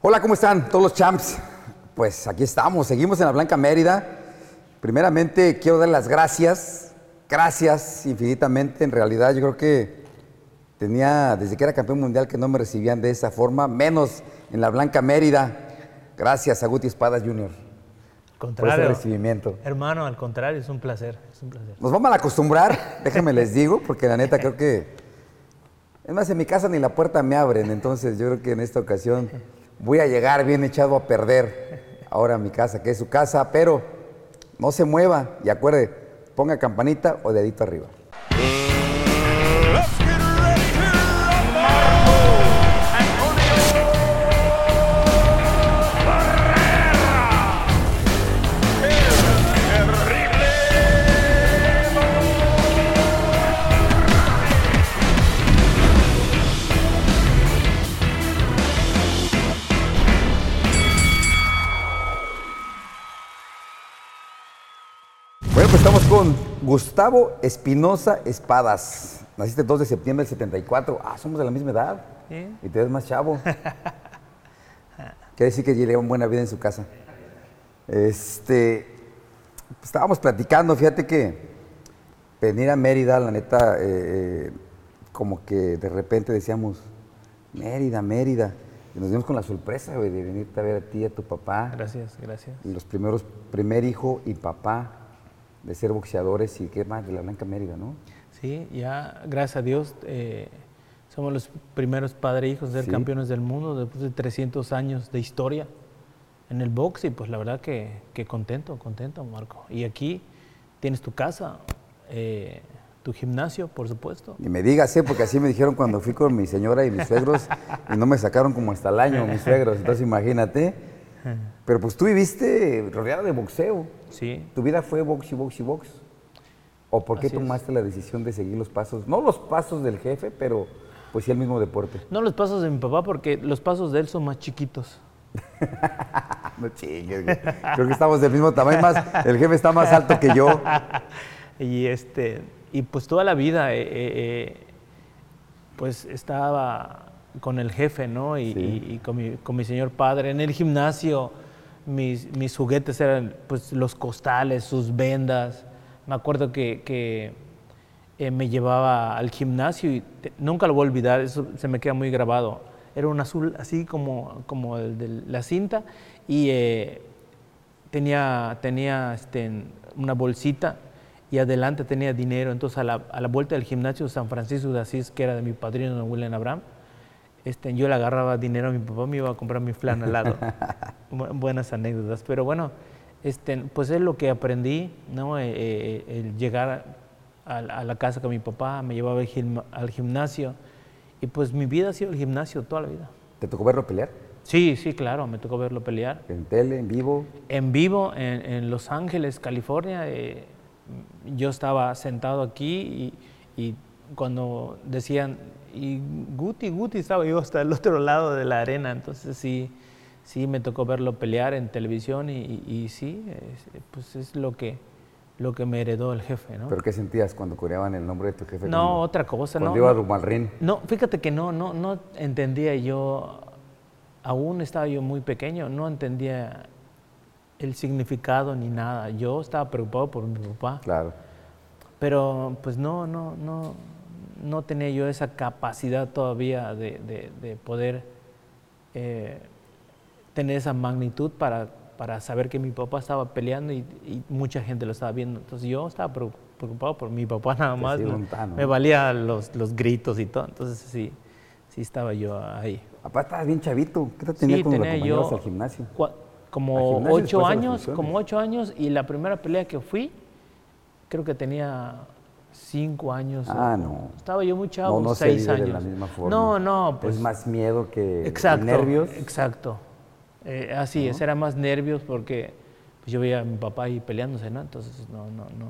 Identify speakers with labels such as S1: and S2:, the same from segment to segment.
S1: Hola, ¿cómo están todos los champs? Pues aquí estamos, seguimos en la Blanca Mérida. Primeramente quiero dar las gracias, gracias infinitamente. En realidad yo creo que tenía, desde que era campeón mundial, que no me recibían de esa forma, menos en la Blanca Mérida. Gracias a Guti Espadas Jr.
S2: contrario,
S1: por ese recibimiento.
S2: Hermano, al contrario, es un placer, es un placer.
S1: Nos vamos a acostumbrar, déjenme les digo, porque la neta creo que... Es más, en mi casa ni la puerta me abren, entonces yo creo que en esta ocasión voy a llegar bien echado a perder ahora a mi casa, que es su casa, pero no se mueva y acuerde, ponga campanita o dedito arriba.
S3: Let's get ready to rumble! Antonio Barrera. El terrible
S1: Bueno, pues estamos con Gustavo Espinosa Espadas. Naciste el 2 de septiembre del 74. Ah, somos de la misma edad.
S2: Sí.
S1: Y te ves más chavo. Quiere decir que llevan buena vida en su casa. Este, pues, estábamos platicando, fíjate que venir a Mérida, la neta, eh, eh, como que de repente decíamos, Mérida, Mérida. Y nos dimos con la sorpresa, güey, de venirte a ver a ti y a tu papá
S2: Gracias, gracias.
S1: los primeros, primer hijo y papá de ser boxeadores y qué más, de la Blanca Mérida, ¿no?
S2: Sí, ya, gracias a Dios, eh, somos los primeros padres e hijos de ser
S1: Sí.
S2: campeones del mundo después de 300 años de historia en el box y pues la verdad que, que contento, contento, Marco. Y aquí tienes tu casa, eh, tu gimnasio, por supuesto.
S1: Y me digas, ¿eh? porque así me dijeron cuando fui con mi señora y mis suegros y no me sacaron como hasta el año mis suegros, entonces imagínate. Pero pues tú viviste rodeado de boxeo.
S2: Sí,
S1: ¿Tu vida fue box y box y box? ¿O por qué
S2: Así es.
S1: tomaste la decisión de seguir los pasos? No los pasos del jefe, pero pues sí el mismo deporte.
S2: no los pasos de mi papá porque los pasos de él son más chiquitos.
S1: Ah, no chingues, güey. Creo que estamos del mismo tamaño. Más, el jefe está más alto que yo.
S2: y este y pues toda la vida eh, eh, eh, pues estaba con el jefe no y,
S1: Sí.
S2: y- y con, mi, con mi señor padre en el gimnasio mis, mis juguetes eran pues los costales sus vendas me acuerdo que, que, eh, me llevaba al gimnasio y te- nunca lo voy a olvidar eso se me queda muy grabado era un azul así como como el de la cinta y eh, tenía, tenía este, en una bolsita y adelante tenía dinero. Entonces, a la, a la vuelta del gimnasio San Francisco de Asís, que era de mi padrino don William Abraham, este, yo le agarraba dinero a mi papá, me iba a comprar mi flan al lado. Bu- Buenas anécdotas. Pero bueno, este, pues es lo que aprendí, ¿no? Eh, eh, eh, el llegar a, la- a la casa con mi papá, me llevaba al gim- al gimnasio. Y pues mi vida ha sido el gimnasio toda la vida.
S1: ¿Te tocó verlo pelear?
S2: Sí, sí, claro, me tocó verlo pelear
S1: En tele, en vivo.
S2: en vivo en, en Los Ángeles, California. eh, yo estaba sentado aquí y, y cuando decían, y Guti, Guti, estaba yo hasta el otro lado de la arena. Entonces sí, sí me tocó verlo pelear en televisión y, y- y sí, es- pues es lo que, lo que me heredó el jefe, ¿no?
S1: ¿Pero qué sentías cuando coreaban el nombre de tu jefe?
S2: no,
S1: cuando-
S2: otra cosa,
S1: Cuando
S2: ¿no?
S1: iba
S2: no.
S1: rumbo al ring.
S2: No, fíjate que no, no, no entendía yo, aún estaba yo muy pequeño, no entendía el significado ni nada. Yo estaba preocupado por mi papá,
S1: Claro.
S2: pero pues no, no, no, no tenía yo esa capacidad todavía de, de- de poder eh, tener esa magnitud para, para saber que mi papá estaba peleando y, y mucha gente lo estaba viendo. Entonces yo estaba preocu- preocupado por mi papá nada
S1: Te
S2: más.
S1: sigo
S2: ¿no?
S1: untando.
S2: Me valía los, los gritos y todo. Entonces sí, sí estaba yo ahí.
S1: Papá, estabas bien chavito. ¿Qué te tenía
S2: sí,
S1: cuando
S2: tenía
S1: lo
S2: yo
S1: acompañabas al gimnasio?
S2: cua-
S1: Al
S2: como
S1: gimnasio y después
S2: ocho
S1: a las
S2: años,
S1: funciones.
S2: como ocho años y la primera pelea que fui, creo que tenía cinco años.
S1: Ah,
S2: o-
S1: no.
S2: Estaba yo muy chavo,
S1: no, no
S2: seis
S1: se vive
S2: años.
S1: de la misma forma.
S2: No, no, pues
S1: Es más miedo que
S2: exacto,
S1: y nervios.
S2: Exacto. Eh, así es, era más nervios porque pues, yo veía a mi papá ahí peleándose, ¿no? Entonces no, no, no.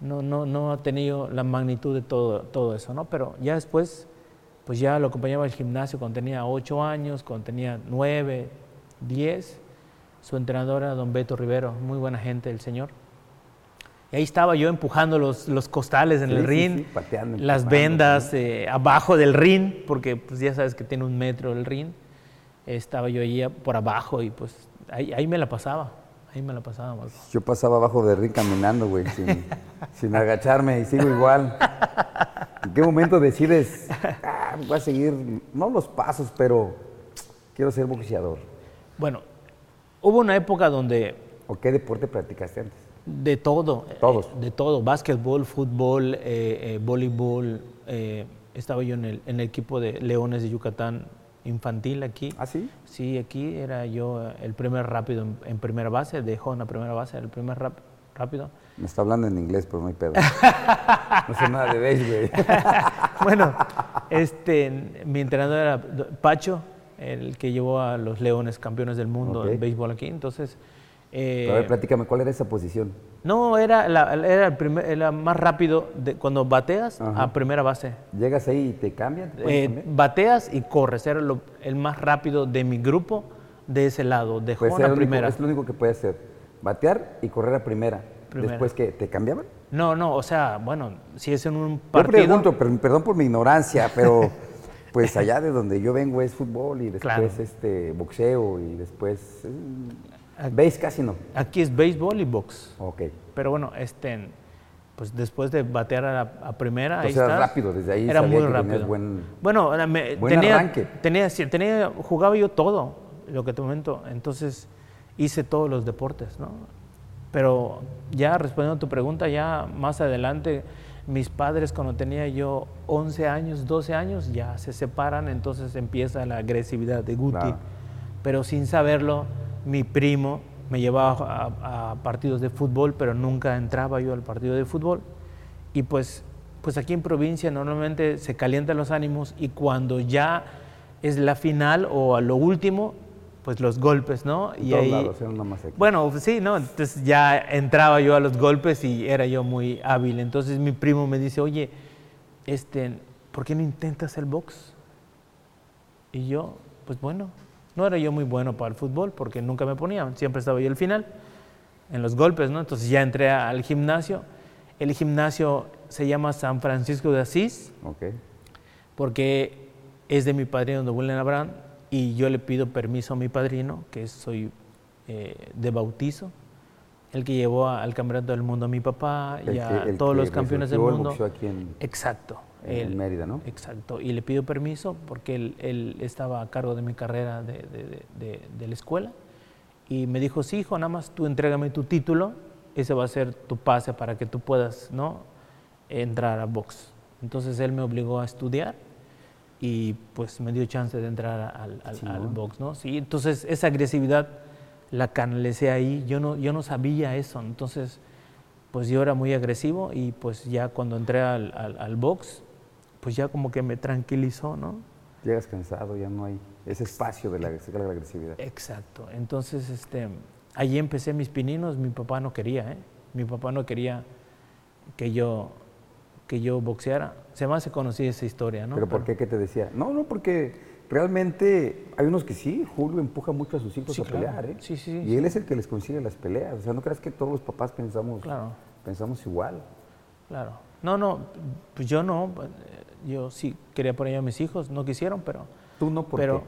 S2: No, no, no ha tenido la magnitud de todo, todo eso, ¿no? Pero ya después, pues ya lo acompañaba al gimnasio cuando tenía 8 años, cuando tenía 9, 10. Su entrenadora, don Beto Rivero, muy buena gente el señor. Y ahí estaba yo empujando los, los costales en
S1: Sí,
S2: el
S1: sí,
S2: ring,
S1: sí, pateando,
S2: las
S1: empujando,
S2: vendas eh, abajo del ring, porque pues, ya sabes que tiene un metro el ring. estaba yo ahí por abajo y pues ahí, ahí me la pasaba. Ahí me la pasaba, Marco.
S1: Yo pasaba abajo de Rin caminando, güey, sin, sin agacharme y sigo igual. ¿En qué momento decides, "Ah, voy a seguir, no los pasos, pero quiero ser boxeador?
S2: Bueno, hubo una época donde
S1: ¿O qué deporte practicaste antes?
S2: de todo. eh,
S1: Todos.
S2: De todo. Básquetbol, fútbol, eh, eh, voleibol. eh, estaba yo en el, en el equipo de Leones de Yucatán infantil aquí.
S1: ¿Ah, sí?
S2: Sí, aquí era yo eh, el primer rápido en, en primera base, de joven a primera base, el primer rap- rápido.
S1: Me está hablando en inglés, pero no hay pedo. No sé nada de beige, güey.
S2: bueno, este, mi entrenador era do- Pacho, el que llevó a los Leones campeones del mundo
S1: Ok.
S2: en béisbol aquí. Entonces, eh,
S1: A ver, platícame, ¿cuál era esa posición?
S2: no, era, la, era el primer, era más rápido de, cuando bateas a primera base.
S1: ¿Llegas ahí y te cambian? ¿Te pueden
S2: Eh,
S1: cambiar?
S2: bateas y corres, era lo- el más rápido de mi grupo de ese lado, de
S1: Pues
S2: joven
S1: era
S2: a
S1: lo único-
S2: primera.
S1: es lo único que puede hacer. Batear y correr a primera.
S2: Primera.
S1: Después que te cambiaban.
S2: No, no, o sea, bueno, si es en un
S1: Yo
S2: partido...
S1: pregunto, per- perdón por mi ignorancia, pero pues allá de donde yo vengo es fútbol y después
S2: Claro.
S1: este boxeo y después veis casi no.
S2: Aquí es béisbol y box.
S1: Ok.
S2: Pero bueno, este, pues después de batear a, la- a primera, ahí
S1: Entonces era
S2: estás.
S1: rápido, desde ahí
S2: era
S1: sabía
S2: muy
S1: que tenías
S2: rápido.
S1: buen-
S2: bueno, era- me-
S1: buen
S2: tenía,
S1: arranque.
S2: Tenía, sí, tenía- jugaba yo todo, lo que te comento. Entonces hice todos los deportes, ¿no? Pero ya respondiendo a tu pregunta, ya más adelante, mis padres cuando tenía yo 11 años, 12 años, ya se separan, entonces empieza la agresividad de Guti
S1: Claro.
S2: pero sin saberlo, mi primo me llevaba a, a partidos de fútbol, pero nunca entraba yo al partido de fútbol. Y pues, pues aquí en provincia normalmente se calientan los ánimos y cuando ya es la final o a lo último, pues los golpes, ¿no?
S1: En
S2: y
S1: todos lados, era una masacre.
S2: Bueno, pues sí, ¿no? Entonces ya entraba yo a los golpes y era yo muy hábil. Entonces mi primo me dice, oye, este, ¿por qué no intentas el box? Y yo, pues bueno, no era yo muy bueno para el fútbol porque nunca me ponían, siempre estaba yo al final, en los golpes, ¿no? Entonces ya entré a- al gimnasio. El gimnasio se llama San Francisco de Asís
S1: Ok.
S2: porque es de mi padrino, de William Abraham, y yo le pido permiso a mi padrino, que soy eh, de bautizo, el que llevó a- al campeonato del mundo a mi papá
S1: El
S2: y a
S1: que- el
S2: todos
S1: que
S2: los campeones del
S1: resurgió el
S2: mundo.
S1: boxeo aquí en-
S2: Exacto.
S1: en
S2: él-
S1: Mérida, ¿no?
S2: Exacto. Y le pido permiso porque él, él estaba a cargo de mi carrera de, de- de- de- de la escuela. Y me dijo, sí, hijo, nada más tú entrégame tu título, ese va a ser tu pase para que tú puedas ¿no? entrar a box. Entonces él me obligó a estudiar y pues me dio chance de entrar al, al- al box, ¿no? Sí, entonces esa agresividad la canalicé ahí, yo no, yo no sabía eso, entonces pues yo era muy agresivo y pues ya cuando entré al, al- al box, pues ya como que me tranquilizó, ¿no?
S1: Llegas cansado, ya no hay ese espacio de la, de la agresividad.
S2: Eh, Exacto. Entonces, este, allí empecé mis pininos. Mi papá no quería, ¿eh? Mi papá no quería que yo, que yo boxeara. Se me hace conocida esa historia, ¿no?
S1: ¿Pero por qué? ¿Qué te decía? No, no, porque realmente hay unos que sí, Julio empuja mucho a sus hijos
S2: Sí,
S1: a
S2: claro.
S1: pelear, ¿eh?
S2: Sí, sí,
S1: Y
S2: sí.
S1: él es el que les consigue las peleas. O sea, no creas que todos los papás pensamos,
S2: Claro.
S1: pensamos igual.
S2: Claro. No, no, pues yo no. pues, eh, Yo sí quería poner a mis hijos, no quisieron, pero...
S1: Tú no, ¿por
S2: pero,
S1: qué?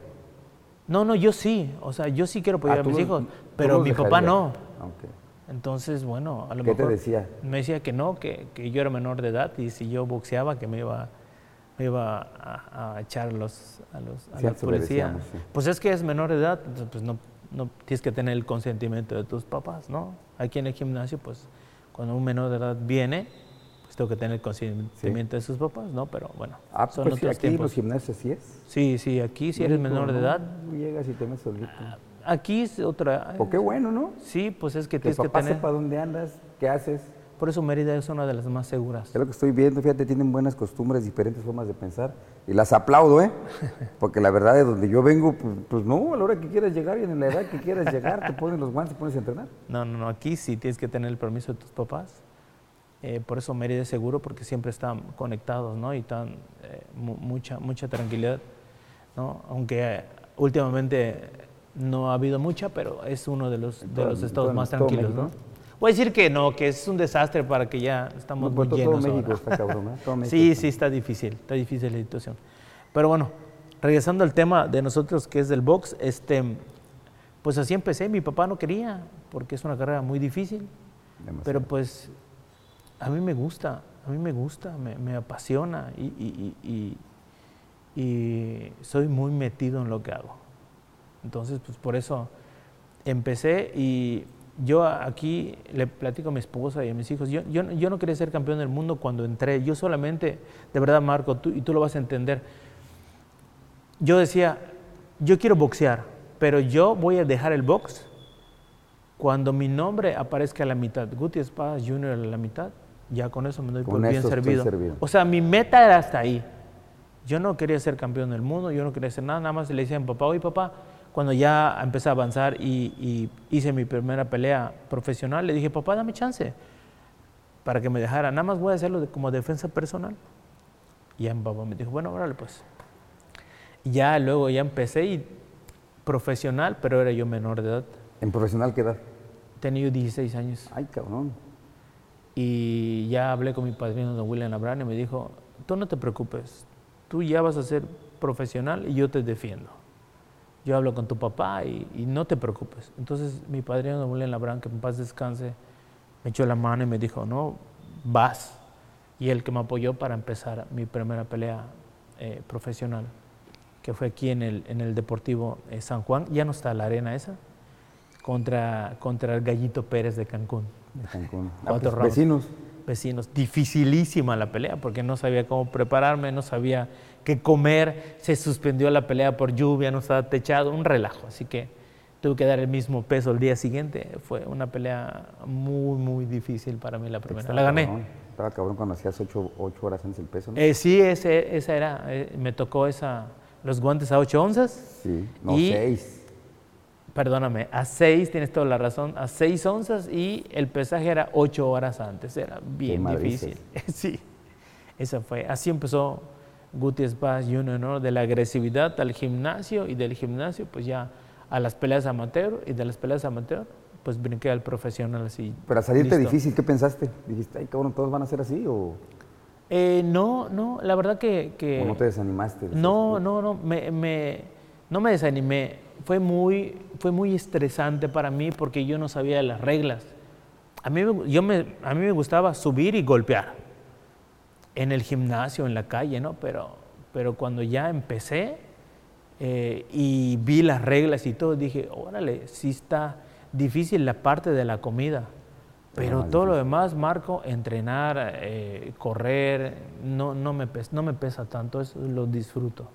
S2: No, no, yo sí. O sea, yo sí quiero poner
S1: Ah,
S2: a
S1: tú
S2: mis
S1: los-
S2: hijos,
S1: tú
S2: pero
S1: los
S2: mi papá
S1: dejarías.
S2: no.
S1: Ah, ok.
S2: Entonces, bueno, a lo
S1: ¿Qué te
S2: mejor...
S1: decía?
S2: Me decía que no, que, que yo era menor de edad y si yo boxeaba que me iba, me iba a, a echar a los, a los a la
S1: Cierto, le
S2: policía.
S1: decíamos, sí.
S2: Pues es que es menor de edad, entonces, pues no, no tienes que tener el consentimiento de tus papás, ¿no? Aquí en el gimnasio, pues cuando un menor de edad viene, pues tengo que tener el consentimiento de sus papás, ¿no? Pero bueno,
S1: Ah,
S2: son
S1: pues sí,
S2: otros
S1: aquí
S2: tiempos.
S1: los gimnasios así es.
S2: Sí, sí, aquí si eres
S1: Rico,
S2: menor de
S1: ¿no?
S2: edad, Ah,
S1: Llegas y te metes solito.
S2: aquí es otra...
S1: O qué bueno, ¿no?
S2: Sí, pues es que
S1: Que el
S2: tienes que
S1: papá
S2: tener...
S1: sepa dónde andas, qué haces.
S2: Por eso Mérida es una de las más seguras.
S1: Es lo que estoy viendo, fíjate, tienen buenas costumbres, diferentes formas de pensar. Y las aplaudo, ¿eh? Porque la verdad, de donde yo vengo, pues, pues no, a la hora que quieras llegar y en la edad que quieras llegar, te ponen los guantes, te pones a entrenar.
S2: No, no, no, aquí sí tienes que tener el permiso de tus papás. Eh, por eso Mérida es seguro, porque siempre están conectados, ¿no? Y están eh, mu- mucha, mucha tranquilidad, ¿no? Aunque eh, últimamente no ha habido mucha, pero es uno de los, de
S1: todo-
S2: los
S1: en
S2: estados
S1: todo-
S2: más
S1: todo
S2: tranquilos,
S1: México,
S2: ¿no? Voy a decir que no, que es un desastre para que ya estamos
S1: No,
S2: muy
S1: pues, todo
S2: llenos
S1: México
S2: ahora.
S1: está cabrón, ¿eh? Todo México
S2: sí,
S1: está.
S2: sí, está difícil, está difícil la situación. Pero bueno, regresando al tema de nosotros que es del box, este, pues así empecé. Mi papá no quería porque es una carrera muy difícil,
S1: Demasiado.
S2: pero pues a mí me gusta, a mí me gusta, me, me apasiona y, y- y- y- y soy muy metido en lo que hago. Entonces, pues por eso empecé y yo a- aquí le platico a mi esposa y a mis hijos, yo, yo, no- yo no quería ser campeón del mundo cuando entré, yo solamente, de verdad Marco, tú, y tú lo vas a entender, yo decía, yo quiero boxear, pero yo voy a dejar el box cuando mi nombre aparezca a la mitad, Guti Espadas Junior a la mitad, ya con eso me doy
S1: Con
S2: por bien
S1: eso estoy
S2: servido.
S1: servido.
S2: O sea, mi meta era hasta ahí. Yo no quería ser campeón del mundo, yo no quería hacer nada, nada más le decía a mi papá, oye papá, cuando ya empecé a avanzar y, y hice mi primera pelea profesional, le dije, papá, dame chance para que me dejara, nada más voy a hacerlo de- como defensa personal. Y ya mi papá me dijo, bueno, órale pues. Y ya luego ya empecé y profesional, pero era yo menor de edad,
S1: ¿En profesional qué edad?
S2: tenía yo 16 años.
S1: Ay, cabrón.
S2: Y ya hablé con mi padrino, don William Labran, y me dijo, tú no te preocupes, tú ya vas a ser profesional y yo te defiendo. Yo hablo con tu papá y, y no te preocupes. Entonces mi padrino, don William Labran, que en paz descanse, me echó la mano y me dijo, no, vas. Y el que me apoyó para empezar mi primera pelea eh, profesional, que fue aquí en el, en el Deportivo eh, San Juan, ya no está la arena esa, contra, contra el Gallito Pérez de Cancún
S1: De Cancún. Ah,
S2: Cuatro
S1: pues,
S2: rounds.
S1: vecinos.
S2: vecinos. Dificilísima la pelea porque no sabía cómo prepararme, no sabía qué comer. Se suspendió la pelea por lluvia, no estaba techado, un relajo. Así que tuve que dar el mismo peso el día siguiente. Fue una pelea muy, muy difícil para mí la primera. La
S1: Cabrón.
S2: gané.
S1: Estaba cabrón cuando hacías ocho, ocho horas antes el peso, ¿no?
S2: Eh, sí, ese- esa era. eh, me tocó esa, los guantes a 8 onzas.
S1: sí. No,
S2: y-
S1: seis.
S2: Perdóname, a 6, tienes toda la razón, a 6 onzas y el pesaje era 8 horas antes, era bien
S1: madrices.
S2: difícil. sí, esa fue. Así empezó Guti Spaz Junior, ¿no? De la agresividad al gimnasio y del gimnasio, pues ya a las peleas amateur y de las peleas amateur, pues brinqué al profesional así.
S1: Pero al salirte
S2: listo.
S1: difícil, ¿qué pensaste? Dijiste, ay, cabrón, todos van a ser así o,
S2: Eh, no, no, la verdad que. que-
S1: o no te desanimaste. Decías,
S2: No, no, no, me, me- no me desanimé. Fue muy, fue muy estresante para mí porque yo no sabía las reglas. A mí, me- yo me, a mí me gustaba subir y golpear en el gimnasio, en la calle, ¿no? Pero, pero cuando ya empecé eh, y vi las reglas y todo, dije, órale, sí está difícil la parte de la comida. Pero
S1: más
S2: todo lo demás, Marco, entrenar, eh, correr, no, no, me pesa, no me pesa tanto, eso lo disfruto.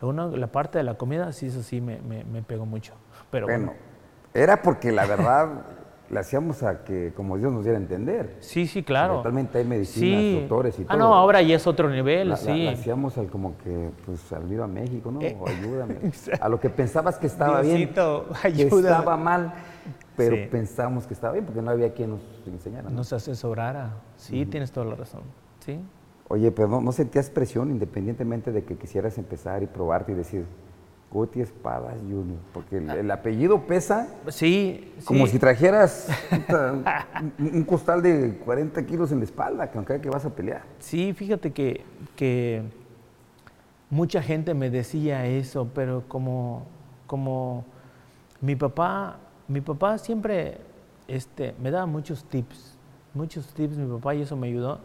S2: Lo uno- la parte de la comida, sí, eso sí me, me- me pegó mucho. Pero bueno.
S1: Bueno, era porque la verdad le hacíamos a que como Dios nos diera a entender.
S2: Sí, sí, claro.
S1: Actualmente hay medicinas, doctores y todo.
S2: Ah, no, ahora ya es otro
S1: La,
S2: nivel,
S1: la-
S2: sí. Eh.
S1: la hacíamos al como que, pues, al viva México, ¿no? O ayúdame. A lo que pensabas que estaba
S2: Diosito,
S1: bien, que
S2: ayúdame.
S1: estaba mal, pero
S2: Sí.
S1: pensábamos que estaba bien porque no había quien nos enseñara. ¿no?
S2: Nos asesorara. Sí, tienes toda la razón. Sí.
S1: Oye, pero no, ¿no sentías presión independientemente de que quisieras empezar y probarte y decir, Guti Espadas Junior? Porque
S2: Ah.
S1: el, el apellido pesa
S2: Sí,
S1: como
S2: sí.
S1: si trajeras puta, un, un costal de 40 kilos en la espalda, que aunque que vas a pelear.
S2: Sí, fíjate que, que mucha gente me decía eso, pero como, como mi papá, mi papá siempre este, me daba muchos tips, muchos tips mi papá y eso me ayudó.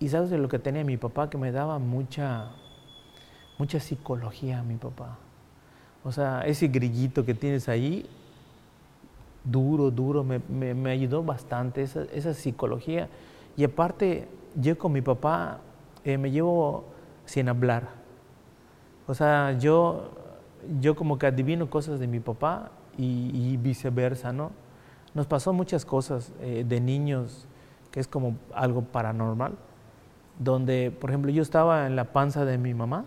S2: Y sabes de lo que tenía mi papá, que me daba mucha, mucha psicología mi papá. O sea, ese grillito que tienes ahí, duro, duro, me, me- me ayudó bastante esa, esa psicología. Y aparte, yo con mi papá eh, me llevo sin hablar. O sea, yo, yo como que adivino cosas de mi papá y, y viceversa, ¿no? Nos pasó muchas cosas eh, de niños, que es como algo paranormal, donde, por ejemplo, yo estaba en la panza de mi mamá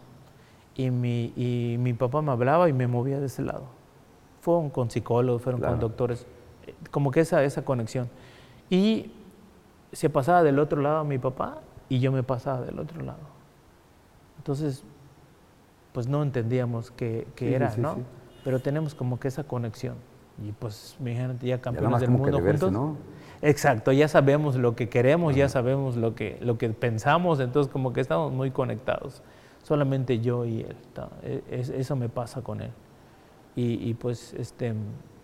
S2: y mi, y mi papá me hablaba y me movía de ese lado. Fueron con psicólogos, fueron con
S1: Claro.
S2: doctores, eh, como que esa, esa conexión. Y se pasaba del otro lado a mi papá y yo me pasaba del otro lado. Entonces, pues no entendíamos qué, qué
S1: Sí, sí,
S2: era,
S1: sí,
S2: ¿no?
S1: sí.
S2: Pero tenemos como que esa conexión. Y pues, mi gente, ya
S1: nada
S2: campeones
S1: más
S2: del
S1: como que
S2: mundo
S1: de verse,
S2: juntos.
S1: ¿no?
S2: Exacto, ya sabemos lo que queremos, ya sabemos lo que, lo que pensamos, entonces como que estamos muy conectados. solamente yo y él. ta- e- es- Eso me pasa con él. Y, y, pues, este,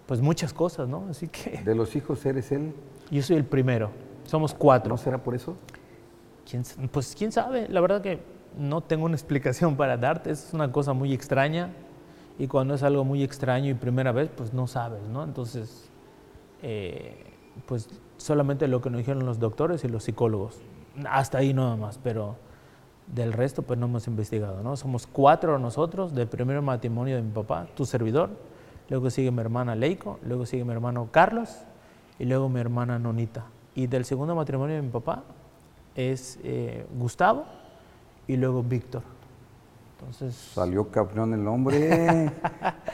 S2: pues muchas cosas, ¿no? Así que
S1: ¿De los hijos eres él?
S2: yo soy el primero. Somos cuatro.
S1: ¿No será por eso?
S2: ¿Quién s- pues quién sabe, la verdad que no tengo una explicación para darte, es una cosa muy extraña y cuando es algo muy extraño y primera vez, pues no sabes, ¿no? Entonces, eh, pues solamente lo que nos dijeron los doctores y los psicólogos, hasta ahí nada más, pero del resto pues no hemos investigado, ¿no? Somos cuatro nosotros del primer matrimonio de mi papá, tu servidor, luego sigue mi hermana Leico, luego sigue mi hermano Carlos y luego mi hermana Nonita. Y del segundo matrimonio de mi papá es eh, Gustavo y luego Víctor. Entonces,
S1: Salió cabrón el hombre.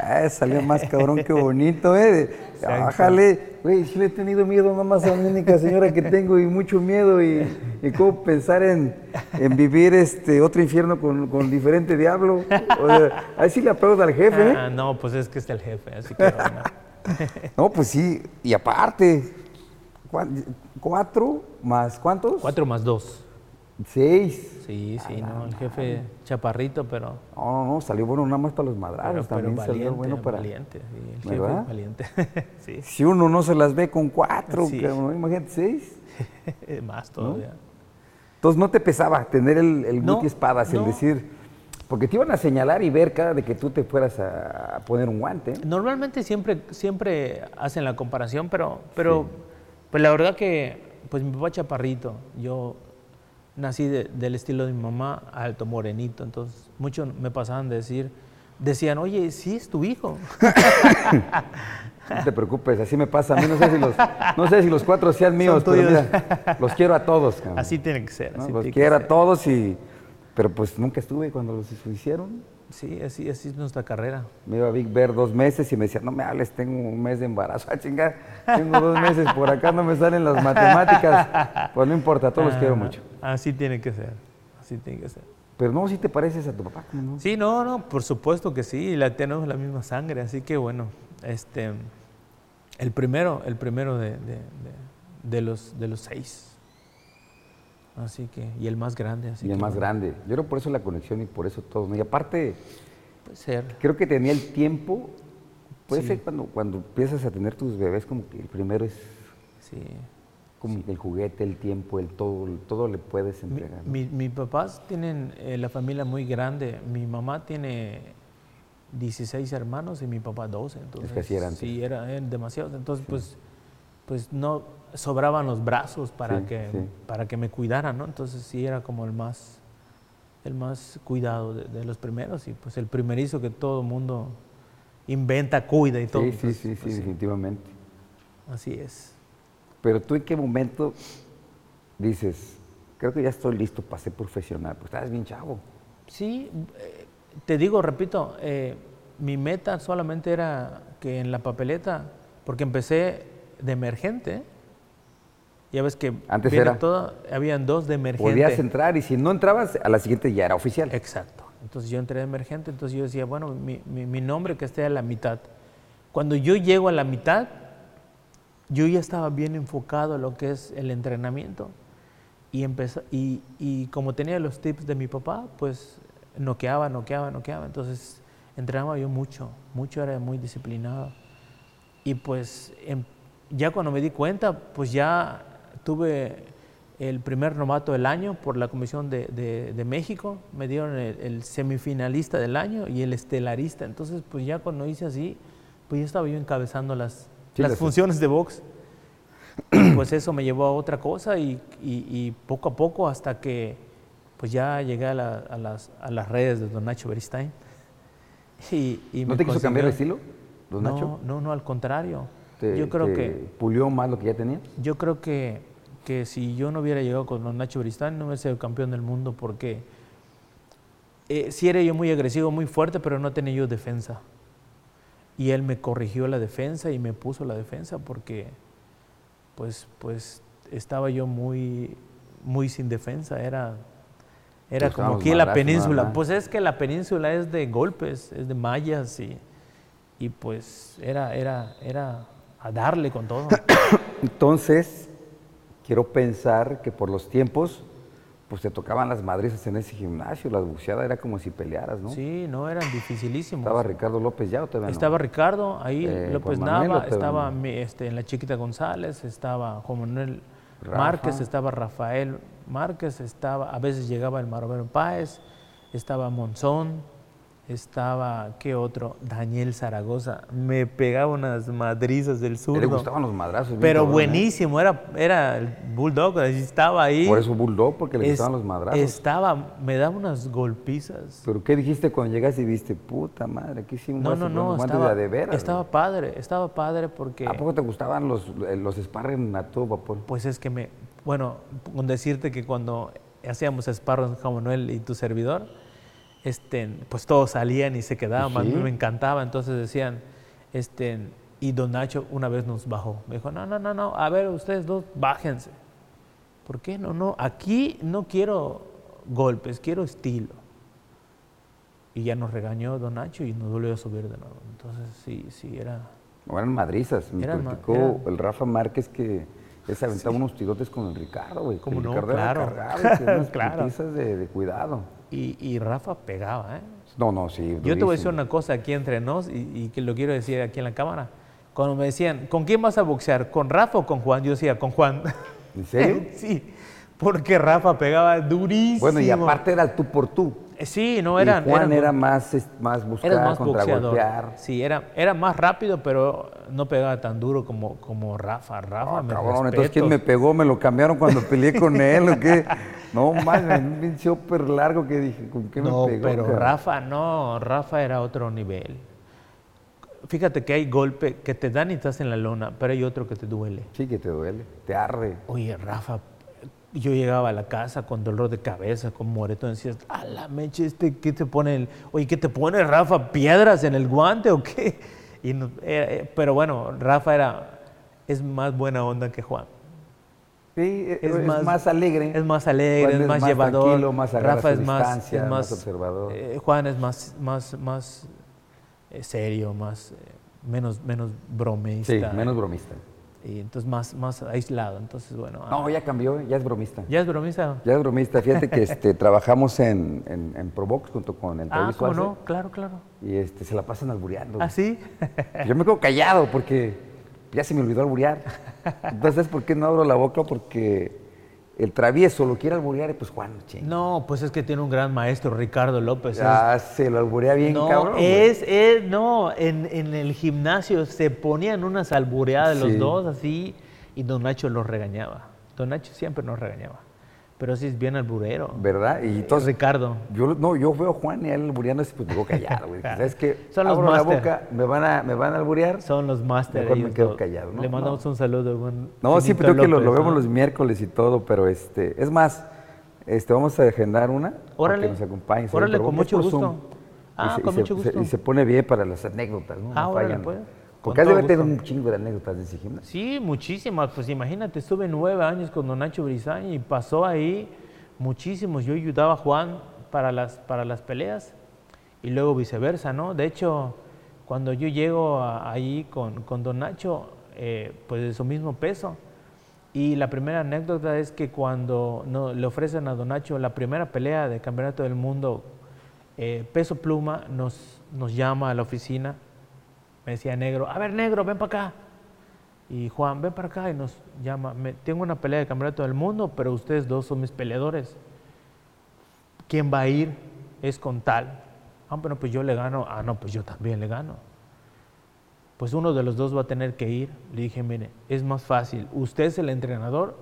S1: Ah, salió más cabrón que bonito, ¿eh? Bájale. Güey, sí le he tenido miedo nomás a la única señora que tengo y mucho miedo y, y cómo pensar en, en vivir este otro infierno con, con diferente diablo. O sea, ahí sí le aplaudo al jefe, ¿eh?
S2: ah, no, pues es que es el jefe, así que bueno.
S1: No, pues sí. Y aparte, ¿cuán- ¿cuatro más cuántos?
S2: cuatro más dos.
S1: Seis.
S2: Sí, sí,
S1: Ah,
S2: no, el jefe chaparrito, pero,
S1: No, no, no, salió bueno nada más para los
S2: pero,
S1: madrados.
S2: pero
S1: Ah, pues También
S2: valiente,
S1: salió bueno para...
S2: valiente, sí, el jefe
S1: ¿Verdad?
S2: valiente, sí,
S1: Si uno no se las ve con cuatro,
S2: Sí.
S1: cabrón, imagínate seis.
S2: más todavía.
S1: Entonces no te pesaba tener el, el
S2: No,
S1: Guti espadas,
S2: no.
S1: el decir, porque te iban a señalar y ver cada de que tú te fueras a poner un guante. ¿eh?
S2: Normalmente siempre, siempre hacen la comparación, pero, pero pues la verdad que pues mi papá chaparrito, yo nací de- del estilo de mi mamá, alto, morenito, entonces muchos me pasaban de decir, decían, oye, sí es tu hijo.
S1: No te preocupes, así me pasa a mí. No sé si los, no sé si los cuatro sean míos, pero
S2: tuyos.
S1: mira, los quiero a todos. cabrón.
S2: Así tiene que ser.
S1: ¿no?
S2: así
S1: Los
S2: tiene que
S1: quiero
S2: ser.
S1: a todos y... Pero pues nunca estuve cuando los hicieron.
S2: Sí, así, así es nuestra carrera.
S1: Me iba a Big Bear dos meses y me decía, no me hables, tengo un mes de embarazo. Ah, chinga, tengo dos meses, por acá no me salen las matemáticas. Pues no importa, a todos los quiero
S2: Ajá,
S1: mucho.
S2: Ah, Así tiene que ser. Así tiene que ser.
S1: Pero no, si te pareces a tu papá, ¿cómo no?
S2: Sí, no, no, por supuesto que sí, la tenemos la misma sangre, así que bueno, este, el primero, el primero de, de- de- de los, de los seis. Así que, y el más grande, así
S1: y
S2: que.
S1: el más
S2: bueno,
S1: grande. Yo creo por eso la conexión y por eso todo. ¿no? Y aparte,
S2: Puede ser.
S1: creo que tenía el tiempo. Puede
S2: Sí.
S1: ser cuando, cuando empiezas a tener tus bebés, como que el primero es
S2: Sí.
S1: como que el juguete, el tiempo, el todo, el todo le puedes
S2: Mi-
S1: entregar. ¿no?
S2: mi- mis papás tienen eh, la familia muy grande. Mi mamá tiene 16 hermanos y mi papá 12. Entonces,
S1: así era antes.
S2: Sí, era, eran demasiados. Entonces, pues, pues no sobraban los brazos para,
S1: Sí,
S2: que,
S1: sí.
S2: para que me cuidaran, ¿no? Entonces sí era como el más, el más cuidado de, de los primeros y pues el primerizo que todo el mundo inventa, cuida y todo.
S1: sí, sí,
S2: Entonces,
S1: sí, sí,
S2: pues,
S1: definitivamente.
S2: Así es.
S1: Pero tú en qué momento dices, creo que ya estoy listo para ser profesional, pues estabas bien chavo.
S2: Sí, eh, te digo, repito, eh, mi meta solamente era que en la papeleta, porque empecé de emergente, ya ves que
S1: Antes
S2: viene
S1: era.
S2: todo, habían dos de emergente.
S1: Podías entrar y si no entrabas, a la siguiente ya era oficial.
S2: Exacto. Entonces yo entré de emergente, entonces yo decía, bueno, mi, mi- mi nombre que esté a la mitad. Cuando yo llego a la mitad, yo ya estaba bien enfocado a lo que es el entrenamiento. Y, empezó, y, y como tenía los tips de mi papá, pues noqueaba, noqueaba, noqueaba. Entonces entrenaba yo mucho, mucho era muy disciplinado. Y pues em- ya cuando me di cuenta, pues ya tuve el primer novato del año por la Comisión de, de- de México, me dieron el, el semifinalista del año y el estelarista. Entonces, pues ya cuando hice así, pues ya estaba yo encabezando las,
S1: Sí,
S2: las
S1: las-
S2: funciones de box. Y, pues eso me llevó a otra cosa y, y- y poco a poco hasta que pues ya llegué a, la- a las, a las redes de Don Nacho Beristain. Y, y
S1: ¿No
S2: me
S1: te quiso cambiar el
S2: consiguió-
S1: estilo, don
S2: no,
S1: Nacho?
S2: No, no, al contrario.
S1: ¿Te-
S2: yo creo
S1: te
S2: que
S1: ¿Pulió más lo que ya tenías?
S2: yo creo que, que si yo no hubiera llegado con don Nacho Bristán, no hubiera sido campeón del mundo porque eh, sí era yo muy agresivo, muy fuerte, pero no tenía yo defensa. Y él me corrigió la defensa y me puso la defensa porque pues, pues estaba yo muy, muy sin defensa. Era, era
S1: Pues
S2: como
S1: estábamos
S2: aquí en la
S1: madrazos nada
S2: península.
S1: más.
S2: Pues es que la península es de golpes, es de mallas y, y pues era, era, era a darle con todo.
S1: Entonces, quiero pensar que por los tiempos pues te tocaban las madrizas en ese gimnasio, las buceadas era como si pelearas, ¿no?
S2: Sí, no, eran dificilísimos.
S1: Estaba Ricardo López ya o todavía no?
S2: Estaba Ricardo, ahí
S1: Eh,
S2: López
S1: Juan Manuel,
S2: Nava,
S1: ¿o te-
S2: estaba mi- este, en la Chiquita González, estaba Juan Manuel
S1: Rafa.
S2: Márquez, estaba Rafael Márquez, estaba, a veces llegaba el Maromero Páez, estaba Monzón, estaba, ¿qué otro? Daniel Zaragoza. Me pegaba unas madrizas del sur.
S1: Le gustaban los madrazos. bien
S2: Pero
S1: cabrón, ¿eh?
S2: buenísimo, era, era el bulldog, ahí estaba ahí.
S1: Por eso Bulldog, porque le
S2: Es-
S1: gustaban los madrazos.
S2: Estaba, me daba unas golpizas.
S1: ¿Pero qué dijiste cuando llegaste y viste, puta madre, aquí sí un
S2: No,
S1: guante-
S2: no,
S1: un
S2: no,
S1: guante
S2: estaba,
S1: de a de veras,
S2: estaba
S1: güey.
S2: padre, estaba padre porque,
S1: ¿A poco te gustaban los, eh, los sparring a todo vapor?
S2: pues es que me, bueno, con decirte que cuando hacíamos sparring con Manuel y tu servidor, este, pues todos salían y se quedaban, a mí
S1: Sí.
S2: me encantaba, entonces decían, este, y don Nacho una vez nos bajó, me dijo, no, no, no, no, a ver, ustedes dos, bájense. ¿Por qué? No, no, aquí no quiero golpes, quiero estilo. Y ya nos regañó Don Nacho y nos volvió a subir de nuevo. Entonces, sí, sí, era,
S1: No, eran madrizas. Me
S2: Eran ma-
S1: platicó
S2: eran-
S1: el Rafa Márquez que él se aventaba unos tirotes con el Ricardo, güey. que
S2: ¿Cómo
S1: el
S2: no?
S1: Ricardo era
S2: Claro.
S1: cargado y que unas
S2: Claro.
S1: putizas de, de cuidado.
S2: Y, y Rafa pegaba, ¿eh?
S1: No, no, sí.
S2: Yo te voy a decir
S1: durísimo.
S2: una cosa aquí entre nos y, y que lo quiero decir aquí en la cámara. Cuando me decían, ¿con quién vas a boxear? ¿Con Rafa o con Juan? Yo decía, con Juan.
S1: ¿En serio?
S2: sí, porque Rafa pegaba durísimo.
S1: Bueno, y aparte era el tú por tú.
S2: Eh, Sí, no
S1: Y
S2: eran.
S1: Juan
S2: eran-
S1: era más, es- más buscar,
S2: eras más boxeador.
S1: contragolpear.
S2: Sí, era, era más rápido, pero no pegaba tan duro como, como Rafa. Rafa
S1: Ah,
S2: me
S1: cabrón, entonces ¿quién me
S2: respetos.
S1: pegó? ¿Me lo cambiaron cuando peleé con él o qué? No, más, un pinche súper largo que dije, ¿con qué
S2: No,
S1: me pegó?
S2: pero
S1: cabrón?
S2: Rafa no, Rafa era otro nivel. Fíjate que hay golpe que te dan y estás en la lona, pero hay otro que te duele.
S1: Sí, que te duele, te arde.
S2: Oye, Rafa, yo llegaba a la casa con dolor de cabeza, con moretón, decías, a la mecha, este, ¿qué te pone? el- Oye, ¿qué te pone Rafa? ¿Piedras en el guante o qué? Y no- era- eh, pero bueno, Rafa era, es más buena onda que Juan.
S1: Sí, e- es, más, alegre.
S2: Es más alegre,
S1: Juan
S2: es,
S1: es
S2: más,
S1: más
S2: llevador.
S1: tranquilo, más agarra
S2: Rafa
S1: su
S2: es más,
S1: distancia,
S2: es
S1: más observador.
S2: eh, Juan es más, más, más eh, serio, más, eh, menos, menos bromista.
S1: Sí, menos bromista.
S2: Y entonces más, más aislado. Entonces, bueno. ah,
S1: No, ya cambió, ya es bromista.
S2: ¿Ya es bromista?
S1: Ya es bromista. Fíjate que este, trabajamos en, en, en Provox junto con el
S2: ah,
S1: Travis
S2: ¿cómo
S1: Suárez,
S2: no? Claro, claro.
S1: Y este, se la pasan albureando.
S2: ¿Ah, sí?
S1: Yo me quedo callado porque ya se me olvidó alburear. Entonces, ¿por qué no abro la boca? Porque el travieso lo quiere alburear y pues Juan, ching.
S2: no, pues es que tiene un gran maestro, Ricardo López. es-
S1: Ya se lo alburea bien,
S2: no,
S1: cabrón. güey.
S2: es, es- no, en, en el gimnasio se ponían unas albureadas
S1: Sí.
S2: los dos así y Don Nacho los regañaba. Don Nacho siempre nos regañaba, pero sí es bien alburero.
S1: ¿Verdad? Y entonces
S2: Ricardo.
S1: Yo, lo- no, yo veo a Juan y a él albureando así, pues me voy a callar, güey. ¿Sabes qué?
S2: Son los
S1: Abro la
S2: máster.
S1: boca, me van a, me van a alburear.
S2: Son los másteres.
S1: Mejor me quedo callado, ¿no?
S2: Le mandamos un saludo. buen
S1: No, sí,
S2: Finito
S1: pero creo que lo, lo
S2: López,
S1: vemos
S2: ¿no?
S1: los miércoles y todo, pero este, es más, este, vamos a agendar una para
S2: Órale.
S1: que nos acompañes. ahí,
S2: Órale,
S1: pero
S2: con
S1: es
S2: mucho
S1: por
S2: gusto.
S1: Zoom.
S2: Ah,
S1: se-
S2: con
S1: se-
S2: mucho
S1: se-
S2: gusto.
S1: y se pone bien para las anécdotas, ¿no? No
S2: Ah, órale,
S1: fallan.
S2: pues.
S1: Porque
S2: Con
S1: has de
S2: todo
S1: haber tenido
S2: gusto.
S1: un chingo de anécdotas de ese gimnasio.
S2: Sí, muchísimas. Pues imagínate, estuve nueve años con Don Nacho Brizaña y pasó ahí muchísimos. Yo ayudaba a Juan para las, para las peleas y luego viceversa, ¿no? De hecho, cuando yo llego a- ahí con, con Don Nacho, eh, pues de su mismo peso. Y la primera anécdota es que cuando no, le ofrecen a Don Nacho la primera pelea de Campeonato del Mundo, eh, Peso Pluma nos, nos llama a la oficina. Me decía negro, a ver negro, ven para acá. Y Juan, ven para acá y nos llama. "Me- tengo una pelea de campeonato del mundo, pero ustedes dos son mis peleadores. ¿Quién va a ir? Es con tal. Ah, bueno, pues yo le gano. Ah, no, pues yo también le gano. Pues uno de los dos va a tener que ir. Le dije, mire, es más fácil. Usted es el entrenador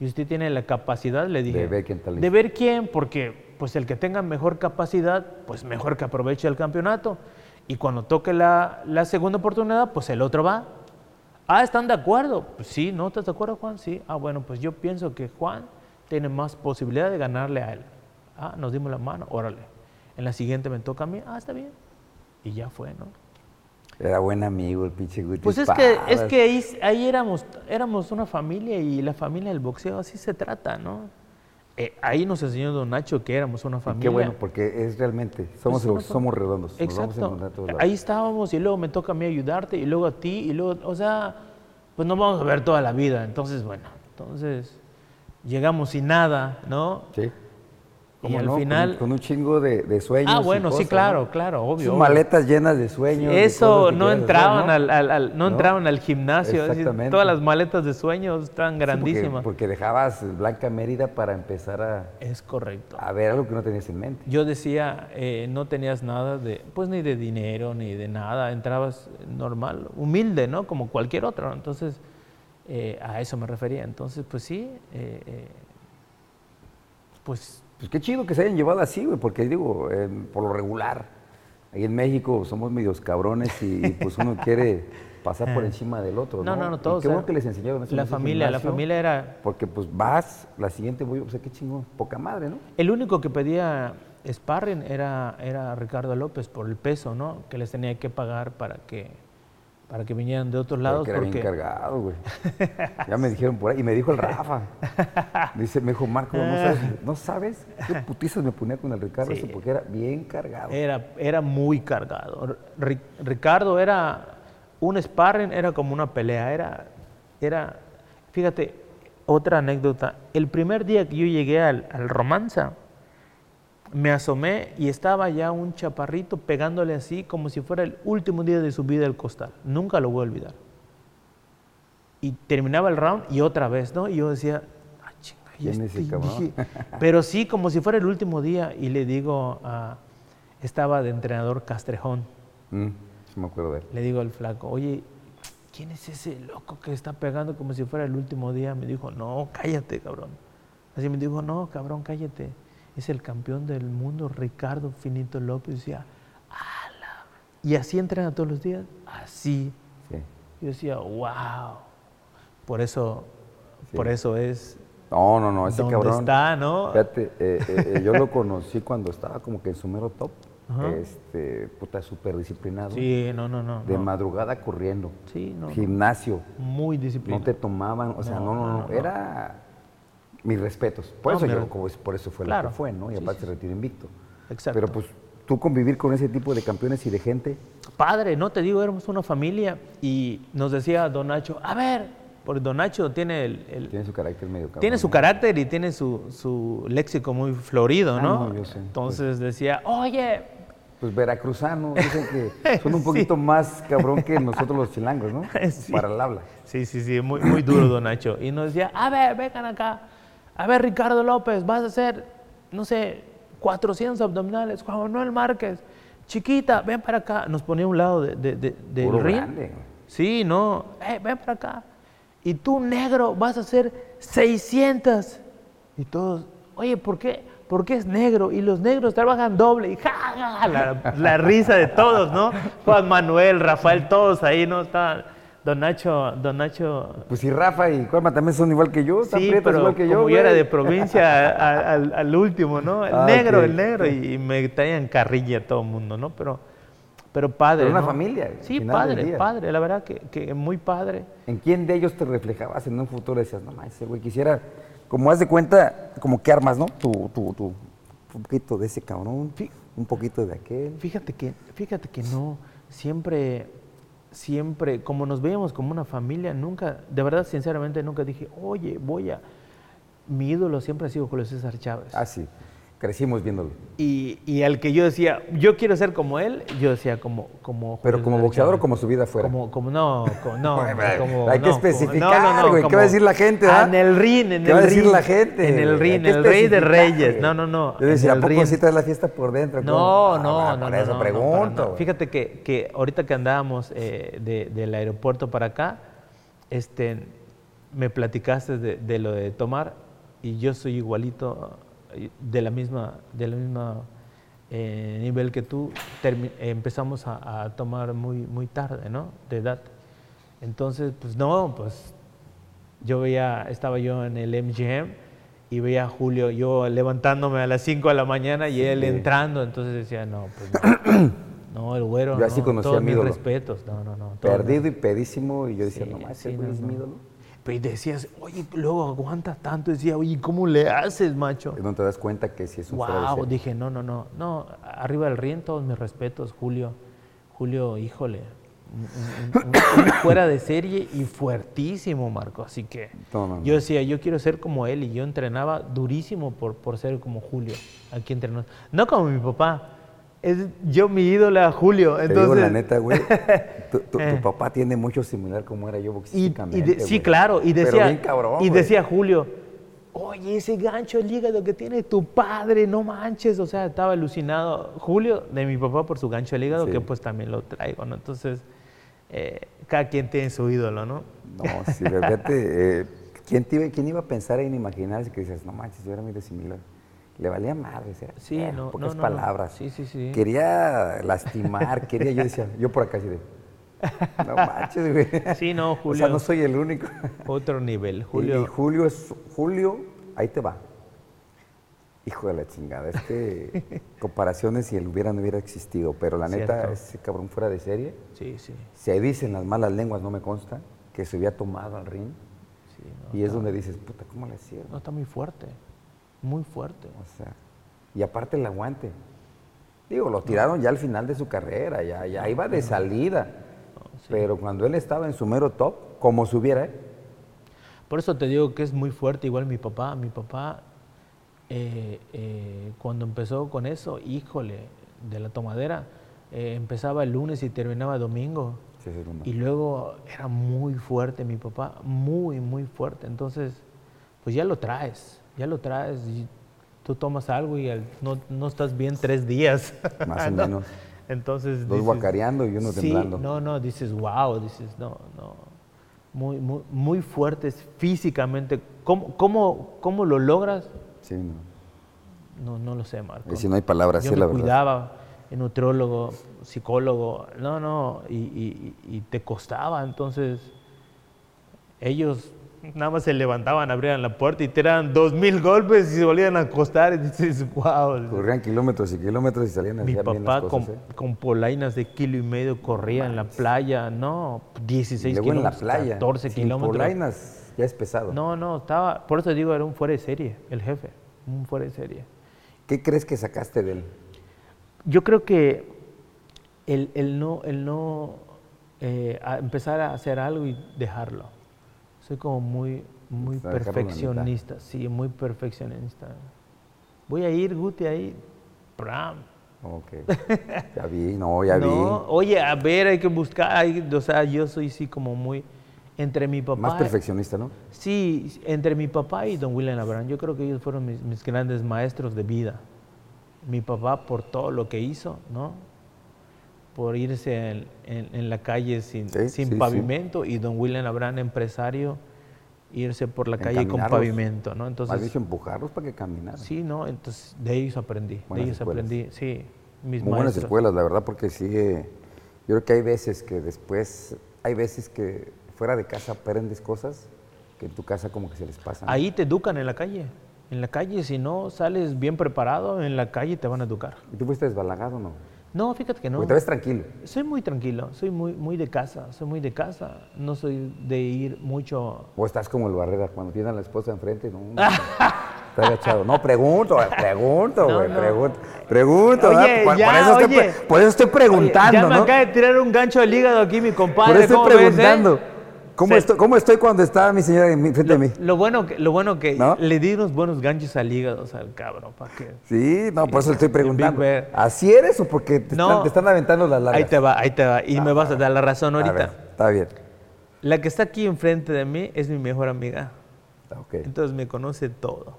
S2: y usted tiene la capacidad, le dije.
S1: ver quién tal es.
S2: De ver quién, porque pues el que tenga mejor capacidad, pues mejor que aproveche el campeonato. Y cuando toque la, la segunda oportunidad, pues el otro va. Ah, ¿están de acuerdo? Pues sí, ¿no estás de acuerdo, Juan? Sí. Ah, bueno, pues yo pienso que Juan tiene más posibilidad de ganarle a él. Ah, nos dimos la mano, órale. En la siguiente me toca a mí, ah, está bien. Y ya fue, ¿no?
S1: Era buen amigo el pinche Guti
S2: Pues es que, es
S1: Espadas.
S2: que ahí, ahí éramos, éramos una familia y la familia del boxeo así se trata, ¿no? Eh, ahí nos enseñó Don Nacho que éramos una
S1: Y
S2: familia.
S1: Qué bueno, pues, porque es realmente, somos,
S2: Pues somos-
S1: somos redondos. nos vamos a
S2: Exacto.
S1: encontrar en todos lados.
S2: Ahí estábamos y luego me toca a mí ayudarte y luego a ti y luego, o sea, pues no vamos a ver toda la vida. Entonces, bueno, entonces llegamos sin nada, ¿no?
S1: Sí.
S2: Y
S1: ¿Cómo
S2: al
S1: no? Con-
S2: final...
S1: Con, un chingo de, de sueños.
S2: ah,
S1: y
S2: bueno, sí,
S1: cosas,
S2: claro,
S1: ¿no?
S2: claro, obvio.
S1: Sus
S2: obvio.
S1: maletas llenas de sueños. de
S2: Eso,
S1: cosas que
S2: no
S1: quieres hacer,
S2: entraban,
S1: ¿no?
S2: Al, al- al- no
S1: ¿No?
S2: entraban al gimnasio. es decir,
S1: Exactamente.
S2: todas las maletas de sueños estaban
S1: Sí, porque-
S2: grandísimas.
S1: Porque, dejabas Blanca Mérida para empezar a,
S2: Es correcto.
S1: a ver algo que no tenías en mente.
S2: Yo decía, eh, no tenías nada de, pues ni de dinero, ni de nada, entrabas normal, humilde, ¿no? Como cualquier otro. Entonces, eh, a eso me refería. Entonces, pues sí, eh, eh, pues
S1: Pues qué chido que se hayan llevado así, güey, porque digo, eh, por lo regular, ahí en México somos medios cabrones y, y, pues uno quiere pasar por encima del otro.
S2: No,
S1: No,
S2: no, no,
S1: Y
S2: todos
S1: Qué bueno
S2: eran-
S1: que les enseñaron eso en
S2: la
S1: ese
S2: familia, la
S1: gimnasio,
S2: familia era-
S1: Porque pues vas, la siguiente voy, o sea, qué chingón, poca madre, ¿no?
S2: El único que pedía sparring era, era Ricardo López por el peso, ¿no? Que les tenía que pagar para que, para que vinieran de otros lados.
S1: Porque era bien
S2: porque-
S1: cargado, güey. Ya me dijeron por ahí. Y me dijo el Rafa. Me dice, me dijo, Marco, ¿no
S2: Ah.
S1: sabes, ¿no sabes qué putizas me ponía con el Ricardo? ese? Porque era bien cargado.
S2: Era, era muy cargado. Ri- Ricardo era un sparring, era como una pelea. Era, era, fíjate, otra anécdota. El primer día que yo llegué al, al Romanza, me asomé y estaba ya un chaparrito pegándole así como si fuera el último día de su vida al costal. Nunca lo voy a olvidar. Y terminaba el round y otra vez, ¿no? Y yo decía, ah, chinga, ¿y
S1: ¿Quién es ese cabrón?
S2: Pero sí, como si fuera el último día. Y le digo, a- estaba de entrenador Castrejón.
S1: Mm, sí me acuerdo de él.
S2: Le digo al flaco, oye, ¿quién es ese loco que está pegando como si fuera el último día? Me dijo, no, cállate, cabrón. Así me dijo, no, cabrón, cállate. Es el campeón del mundo, Ricardo Finito López. Y decía, ala. Y así entrena todos los días, así.
S1: Sí.
S2: Yo decía, wow. Por eso,
S1: Sí.
S2: por eso es
S1: No, no, no, ese
S2: donde
S1: cabrón.
S2: está, ¿no?
S1: Fíjate, eh, eh, eh, yo lo conocí cuando estaba como que en su mero top. Este, puta, súper disciplinado.
S2: Sí, no, no, no.
S1: De
S2: no.
S1: madrugada corriendo.
S2: Sí, no, no.
S1: Gimnasio.
S2: Muy
S1: No
S2: disciplinado.
S1: te tomaban, o sea, no, no, no, era mis respetos. Por
S2: No,
S1: eso
S2: mi
S1: yo,
S2: re-
S1: como es- por eso fue
S2: Claro.
S1: lo que fue, ¿no? Y
S2: Sí,
S1: aparte
S2: sí,
S1: se retiró invicto.
S2: Exacto.
S1: Pero pues tú convivir con ese tipo de campeones y de gente,
S2: Padre, no te digo, éramos una familia y nos decía Don Nacho, a ver, porque Don Nacho tiene el, el-
S1: tiene su carácter medio cabrón.
S2: tiene su
S1: ¿no?
S2: carácter y tiene su, su léxico muy florido,
S1: Ah,
S2: ¿no?
S1: no, yo sé.
S2: Entonces decía, oye,
S1: Pues veracruzanos, dicen que son un poquito más cabrón que nosotros los chilangos, ¿no?
S2: Sí.
S1: Para el habla.
S2: sí, sí, sí, muy, muy duro Don Nacho. Y nos decía, a ver, vengan acá, a ver Ricardo López, vas a hacer, no sé, 400 abdominales, Juan Manuel Márquez, chiquita, ven para acá. Nos ponía a un lado de, de- de- del
S1: Puro
S2: ring.
S1: grande.
S2: Sí, no. Eh, ven para acá. Y tú, negro, vas a hacer 600. Y todos, oye, ¿por qué? Porque es negro y los negros trabajan doble. Y ja, ja, ja, la, la risa de todos, ¿no? Juan Manuel, Rafael, todos ahí, ¿no? Estaban. Don Nacho, don Nacho.
S1: Pues si Rafa y Cuerma también son igual que yo, están
S2: Sí,
S1: prietos
S2: pero
S1: igual
S2: como
S1: que
S2: yo,
S1: yo.
S2: era
S1: güey.
S2: de provincia a- a- al, al último, ¿no? El
S1: Ah,
S2: negro,
S1: ok.
S2: el negro. Y, y me traían carrilla a todo el mundo, ¿no? Pero, pero padre.
S1: Pero una
S2: ¿no?
S1: familia, al
S2: Sí,
S1: final del
S2: padre,
S1: día.
S2: padre. La verdad que, que muy padre.
S1: ¿En quién de ellos te reflejabas en un futuro? Decías, no mames, ese güey, quisiera, como haz de cuenta, como que armas, ¿no? Tu, tu, tu, un poquito de ese cabrón, un poquito de aquel.
S2: Fíjate que, fíjate que no, siempre, siempre, como nos veíamos como una familia, nunca, de verdad, sinceramente, nunca dije, oye, voy a... Mi ídolo siempre ha sido Julio César Chávez.
S1: Ah, sí, crecimos viéndolo.
S2: Y, y al que yo decía, yo quiero ser como él, yo decía como... como
S1: Pero
S2: Julio
S1: como
S2: César
S1: boxeador
S2: Chávez.
S1: o como su vida fuera.
S2: Como, como no, como, no,
S1: Ay, güey,
S2: como-
S1: hay
S2: no,
S1: que
S2: como-
S1: especificar,
S2: no, no, no,
S1: güey, ¿qué va
S2: como-
S1: a decir la gente,
S2: Ah,
S1: ah?
S2: En el ring, en
S1: ¿Qué
S2: el
S1: va a decir
S2: ring,
S1: la gente?
S2: En el
S1: Hay
S2: ring,
S1: que
S2: el rey de
S1: especificar,
S2: reyes.
S1: güey.
S2: No, no, no.
S1: Yo decía,
S2: en
S1: ¿a
S2: el
S1: poco
S2: ring.
S1: sí traes la fiesta por dentro?
S2: No,
S1: ¿Cómo?
S2: no,
S1: Ah,
S2: no.
S1: Por
S2: no,
S1: eso
S2: no, no, para
S1: pregunto.
S2: nada.
S1: güey.
S2: Fíjate que, que ahorita que andábamos eh, de- del aeropuerto para acá, este, me platicaste de, de lo de tomar y yo soy igualito eh, de la misma, de la misma eh, nivel que tú. Termi- empezamos a, a tomar muy, muy tarde, ¿no? De edad. Entonces, pues no, pues yo veía, estaba yo en el MGM y veía a Julio, yo levantándome a las 5 de la mañana y él entrando, entonces decía, no, pues no, No, el güero,
S1: Yo así
S2: no,
S1: conocí a
S2: todos
S1: mi
S2: mis
S1: ídolo.
S2: respetos, no, no, no. todos mis-
S1: Perdido y pedísimo, y yo decía,
S2: Sí,
S1: no mames,
S2: sí,
S1: ese güey
S2: no,
S1: es
S2: no.
S1: mi ídolo.
S2: Pero y decías, oye, luego aguantas tanto, decía, oye, ¿cómo le haces, macho?
S1: Es donde te das cuenta que sí es un fuera de
S2: Wow,
S1: serie.
S2: dije, no, no, no, no, arriba del ring, todos mis respetos, Julio, Julio, híjole, un fuera de serie y fuertísimo, Marco. Así que
S1: Toma,
S2: yo decía, yo quiero ser como él y yo entrenaba durísimo por, por ser como Julio. Aquí entrenó. No como mi papá. Es, yo mi ídolo era Julio.
S1: Te digo
S2: Entonces, Eh.
S1: la neta, güey. Tu, tu- tu papá tiene mucho similar como era yo
S2: y, y
S1: boxísticamente.
S2: de- sí,
S1: güey.
S2: claro. Y
S1: Pero
S2: decía,
S1: bien cabrón,
S2: y
S1: güey.
S2: decía Julio, oye, ese gancho el hígado que tiene tu padre, no manches. O sea, estaba alucinado Julio de mi papá por su gancho el hígado,
S1: Sí.
S2: que pues también lo traigo, ¿no? Entonces, eh, cada quien tiene su ídolo, ¿no?
S1: No, sí, pero fíjate, eh, ¿quién, te iba, ¿quién iba a pensar en imaginarse que dices, no manches, yo era muy similar? Le valía madre, era,
S2: Sí,
S1: eh,
S2: no,
S1: pocas
S2: no, no, no.
S1: palabras.
S2: Sí, sí, sí.
S1: Quería lastimar, quería, yo decía, yo por acá así de, no manches, güey.
S2: Sí,
S1: O
S2: no,
S1: sea,
S2: Julio.
S1: no soy el único.
S2: Otro nivel,
S1: Julio. Y,
S2: Julio.
S1: Julio es, Julio, ahí te va. Hijo de la chingada, este, comparaciones si él hubiera no hubiera existido, pero la neta,
S2: Cierto.
S1: ese cabrón fuera de serie,
S2: Sí, sí.
S1: se dicen las malas lenguas, no me consta, que se había tomado al ring.
S2: sí no.
S1: Y es donde dices, puta, ¿cómo le hacía?
S2: No, está muy fuerte. Muy fuerte.
S1: O sea, y aparte el aguante. Digo, lo tiraron ya al final de su carrera, ya, ya iba de salida. Pero cuando él estaba en su mero top, como subiera, ¿eh?
S2: Por eso te digo que es muy fuerte, igual mi papá. Mi papá, eh, eh, cuando empezó con eso, híjole, de la tomadera, eh, empezaba el lunes y terminaba domingo.
S1: Sí, sí, no.
S2: Y luego era muy fuerte mi papá, muy, muy fuerte. Entonces, pues ya lo traes, ya lo traes. y tú tomas algo y al- no, no estás bien tres días.
S1: Más o
S2: ¿no?
S1: menos.
S2: Entonces.
S1: Dos guacareando y uno
S2: sí,
S1: temblando.
S2: No, no, dices, wow, dices, no, no. Muy, muy, muy fuertes físicamente. ¿Cómo, cómo, cómo lo logras?
S1: Sí, no.
S2: No, no lo sé, Marco.
S1: Ahí sí no hay palabras,
S2: Yo
S1: sí,
S2: me
S1: la verdad.
S2: cuidaba, eh, nutrólogo, psicólogo, no, no, y, y- y- y te costaba. Entonces, ellos nada más se levantaban, abrían la puerta y te eran dos mil golpes y se volvían a acostar. Y dices, wow.
S1: Corrían kilómetros y kilómetros y salían a
S2: Mi
S1: hacer bien las
S2: papá con,
S1: cosas, ¿eh?
S2: con polainas de kilo y medio corría en la playa, no,
S1: Y
S2: 16
S1: luego en la
S2: kilómetros,
S1: playa.
S2: 14
S1: sin
S2: kilómetros.
S1: polainas, ya es pesado.
S2: No, no, estaba, por eso digo, era un fuera de serie, el jefe, un fuera de serie.
S1: ¿Qué crees que sacaste de él?
S2: Yo creo que el, el no, el no eh, a empezar a hacer algo y dejarlo. Soy como muy, muy
S1: Dejarlo Pues, a la mitad.
S2: perfeccionista, sí, muy perfeccionista. Voy a ir, Guti, ahí. Pram.
S1: Ok. ya vi, no, ya
S2: No,
S1: vi.
S2: oye, a ver, hay que buscar. hay- o sea, yo soy sí como muy. Entre mi papá. eh,
S1: Más perfeccionista, ¿no?
S2: Sí, entre mi papá y don William Abraham, yo creo que ellos fueron mis, mis grandes maestros de vida. Mi papá por todo lo que hizo, ¿no? Por irse en, en- en la calle sin,
S1: Sí,
S2: sin
S1: sí, sí.
S2: pavimento y don William Abraham, empresario, irse por la calle con
S1: Encaminarlos.
S2: pavimento, ¿no?
S1: Más
S2: Entonces,
S1: dicho, empujarlos para que caminaran.
S2: sí, ¿no? Entonces, de ellos aprendí, de
S1: Buenas
S2: ellos
S1: escuelas.
S2: aprendí, sí, mis
S1: Muy buenas
S2: maestros.
S1: escuelas, la verdad, porque sí, eh, yo creo que hay veces que después, hay veces que fuera de casa aprendes cosas que en tu casa como que se les pasan.
S2: Ahí te educan en la calle. En la calle, si no sales bien preparado, en la calle te van a educar.
S1: ¿Y tú fuiste desbalagado o no?
S2: No, fíjate que no.
S1: Porque te ves tranquilo.
S2: Soy muy tranquilo, soy muy, muy de casa, soy muy de casa. No soy de ir mucho.
S1: O estás como el Barrera, cuando tiene a la esposa enfrente, no. hombre, Está agachado. No, pregunto, eh, pregunto, güey, pregunto. Pregunto, ¿verdad?
S2: Oye,
S1: por,
S2: ya,
S1: por eso estoy,
S2: oye.
S1: pre- por eso estoy preguntando,
S2: Oye, ya me
S1: ¿no?
S2: acaba de tirar un gancho al hígado aquí, mi compadre.
S1: por eso estoy
S2: ¿cómo ves, eh?
S1: preguntando. ¿Cómo,
S2: Sí.
S1: estoy, ¿Cómo estoy cuando está mi señora en mi- frente a mí?
S2: Lo bueno que, lo bueno que
S1: ¿No?
S2: le di unos buenos ganchos al hígado, o sea, al cabrón, para que.
S1: Sí, no, por eso le estoy preguntando.
S2: Big Bear.
S1: ¿Así eres o porque te,
S2: No.
S1: están, te están aventando las largas?
S2: Ahí te va, ahí te va. Y me vas a dar la razón
S1: A
S2: ahorita.
S1: ver, está bien.
S2: La que está aquí enfrente de mí es mi mejor amiga.
S1: Ok.
S2: Entonces me conoce todo.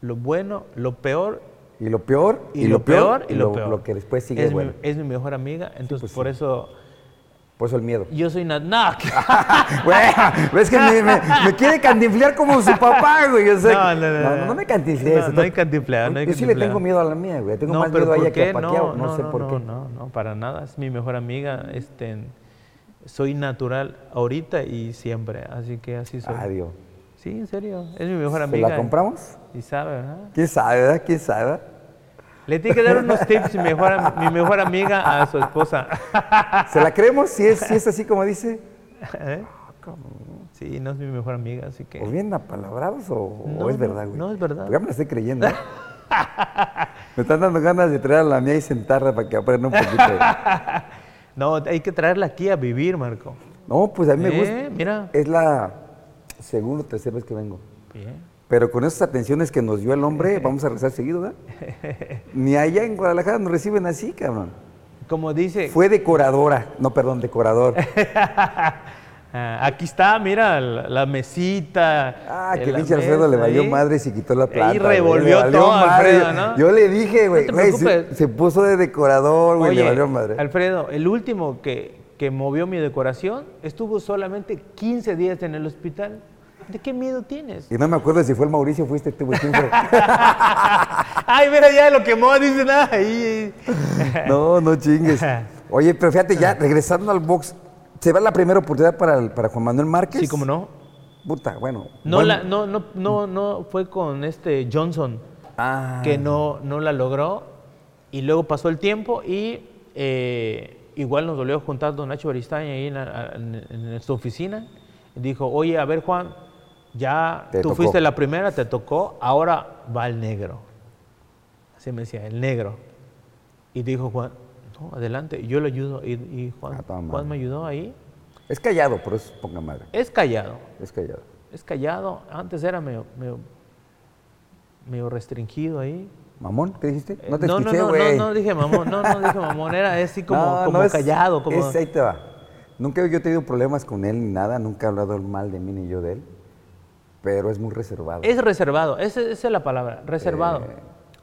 S2: Lo bueno, lo peor
S1: Y lo peor,
S2: y, lo, peor, y lo, peor.
S1: Lo que después sigue
S2: es
S1: es bueno. pues
S2: Mi, es mi mejor amiga, entonces por eso
S1: Por eso el miedo.
S2: yo soy una... No,
S1: Güey, ves que me, me- me quiere cantinflear como su papá, güey. o sea,
S2: No, no, no, no.
S1: me cantinflees.
S2: No, no hay cantinflear, no hay
S1: Yo sí le
S2: cantinflear.
S1: tengo miedo a la mía, güey. Tengo
S2: no,
S1: más
S2: pero
S1: miedo a
S2: ¿por
S1: ella que
S2: qué?
S1: a Paquiao.
S2: No,
S1: No,
S2: no,
S1: sé
S2: no,
S1: por
S2: no,
S1: qué.
S2: no, no, para nada. Es mi mejor amiga. Este, soy natural ahorita y siempre, así que así soy.
S1: Adiós.
S2: Sí, en serio. Es mi mejor
S1: Ah. ¿Se
S2: amiga.
S1: la compramos?
S2: Y sabe, ¿verdad?
S1: ¿Quién sabe, verdad? ¿Quién sabe? verdad?
S2: Le tiene que dar unos tips mi mejor, am- mi mejor amiga a su esposa.
S1: ¿Se la creemos? Si es, si es así como dice.
S2: ¿Eh? Sí, no es mi mejor amiga, así que...
S1: O bien apalabrados o, o
S2: No,
S1: es
S2: no,
S1: verdad, güey.
S2: no es verdad.
S1: Porque ya me la estoy creyendo. ¿eh? me están dando ganas de traer a la mía y sentarla para que aprenda un poquito.
S2: No, hay que traerla aquí a vivir, Marco.
S1: No, pues a mí me
S2: Eh,
S1: gusta.
S2: mira.
S1: Es la segunda o tercera vez que vengo.
S2: Bien.
S1: Pero con esas atenciones que nos dio el hombre, vamos a rezar seguido, ¿verdad? Ni allá en Guadalajara nos reciben así, cabrón.
S2: Como dice,
S1: Fue decoradora, no, perdón, decorador.
S2: Ah, aquí está, mira, la, la mesita.
S1: Ah,
S2: eh,
S1: que
S2: la
S1: pinche Alfredo le
S2: mesa
S1: valió
S2: ahí.
S1: madre y se quitó la plata.
S2: Ahí
S1: güey, le
S2: revolvió
S1: valió
S2: todo,
S1: madre.
S2: Alfredo, ¿no?
S1: Yo le dije, güey,
S2: te
S1: güey, se,
S2: preocupes.
S1: se puso de decorador, güey, le
S2: Oye,
S1: valió madre.
S2: Alfredo, el último que, que movió mi decoración estuvo solamente 15 días en el hospital. ¿De qué miedo tienes?
S1: Y no me acuerdo si fue el Mauricio, fuiste tú, güey, quién fue.
S2: Ay, mira, ya lo quemó, dice nada. ahí.
S1: No, no chingues. Oye, pero fíjate, ya regresando al box, ¿se va la primera oportunidad para, el- para Juan Manuel Márquez?
S2: Sí, como no.
S1: Puta, bueno.
S2: No,
S1: buen-
S2: la, no, no, no, no fue con este Johnson.
S1: Ah,
S2: que no, no la logró. Y luego pasó el tiempo y eh, igual nos volvió a juntar don Nacho Baristaña ahí en, la- en- en su oficina. Y dijo, oye, a ver Juan, ya
S1: Te
S2: tú
S1: tocó.
S2: fuiste la primera, te tocó, ahora va el negro. Así me decía, el negro. Y dijo Juan, no, adelante, yo le ayudo. Y, y Juan,
S1: Ah, toda madre.
S2: Juan me ayudó ahí.
S1: Es callado, pero es ponga madre.
S2: Es callado,
S1: Es callado.
S2: es callado. Antes era medio, medio, medio restringido ahí.
S1: ¿Mamón? ¿Qué dijiste? No te
S2: Eh, no,
S1: escuché,
S2: no,
S1: güey.
S2: no, no dije mamón, no, no dije mamón, era así como,
S1: No,
S2: como
S1: no, es-
S2: callado, como...
S1: es- ahí te va. Nunca yo he tenido problemas con él ni nada, nunca he hablado mal de mí ni yo de él, pero es muy reservado.
S2: Es reservado, esa, esa es la palabra, reservado.
S1: Eh,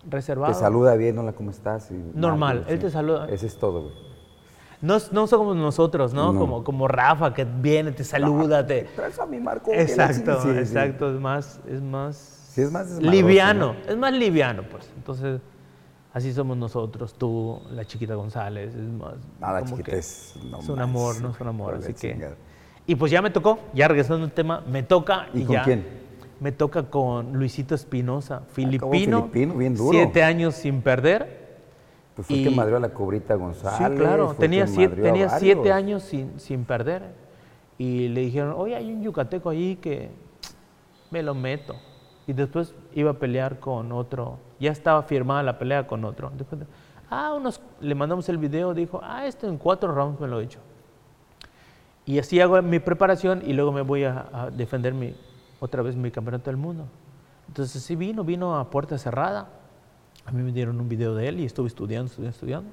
S2: reservado.
S1: Te saluda bien, hola, ¿cómo estás? Y
S2: Normal,
S1: Marco,
S2: él te saluda.
S1: Ese es todo, güey.
S2: No, no somos nosotros, ¿no? Como, como Rafa, que viene, te saluda, te...
S1: Traes a mi Marco. que la
S2: Exacto,
S1: chingada. Sí, sí, sí.
S2: exacto, es más, es más...
S1: Sí, es más desmadroso,
S2: liviano, es más liviano, pues. Entonces, así somos nosotros, tú, la chiquita González, es más...
S1: Nada,
S2: como que
S1: chiquites. Ah, no
S2: es un
S1: manches,
S2: amor, no es un
S1: hijo
S2: amor,
S1: de la
S2: así que...
S1: chingada.
S2: Y pues ya me tocó, ya regresando al tema, me toca.
S1: ¿Y
S2: ¿Y,
S1: con
S2: ya
S1: quién?
S2: Me toca con Luisito Espinosa,
S1: cabrón,
S2: filipino,
S1: filipino, bien duro.
S2: siete años sin perder.
S1: Pues fue el que
S2: Y-
S1: madrió a la cobrita González.
S2: sí, claro,
S1: fue el
S2: tenía,
S1: que
S2: siete,
S1: madrió a
S2: tenía siete
S1: varios.
S2: años sin, sin perder. Y le dijeron, oye, hay un yucateco ahí que me lo meto. Y después iba a pelear con otro, ya estaba firmada la pelea con otro. Después, ah, unos, le mandamos el video, dijo, ah, esto en cuatro rounds me lo he hecho. Y así hago mi preparación y luego me voy a, a defender mi, otra vez mi campeonato del mundo. Entonces sí vino, vino a puerta cerrada. A mí me dieron un video de él y estuve estudiando, estudiando, estudiando.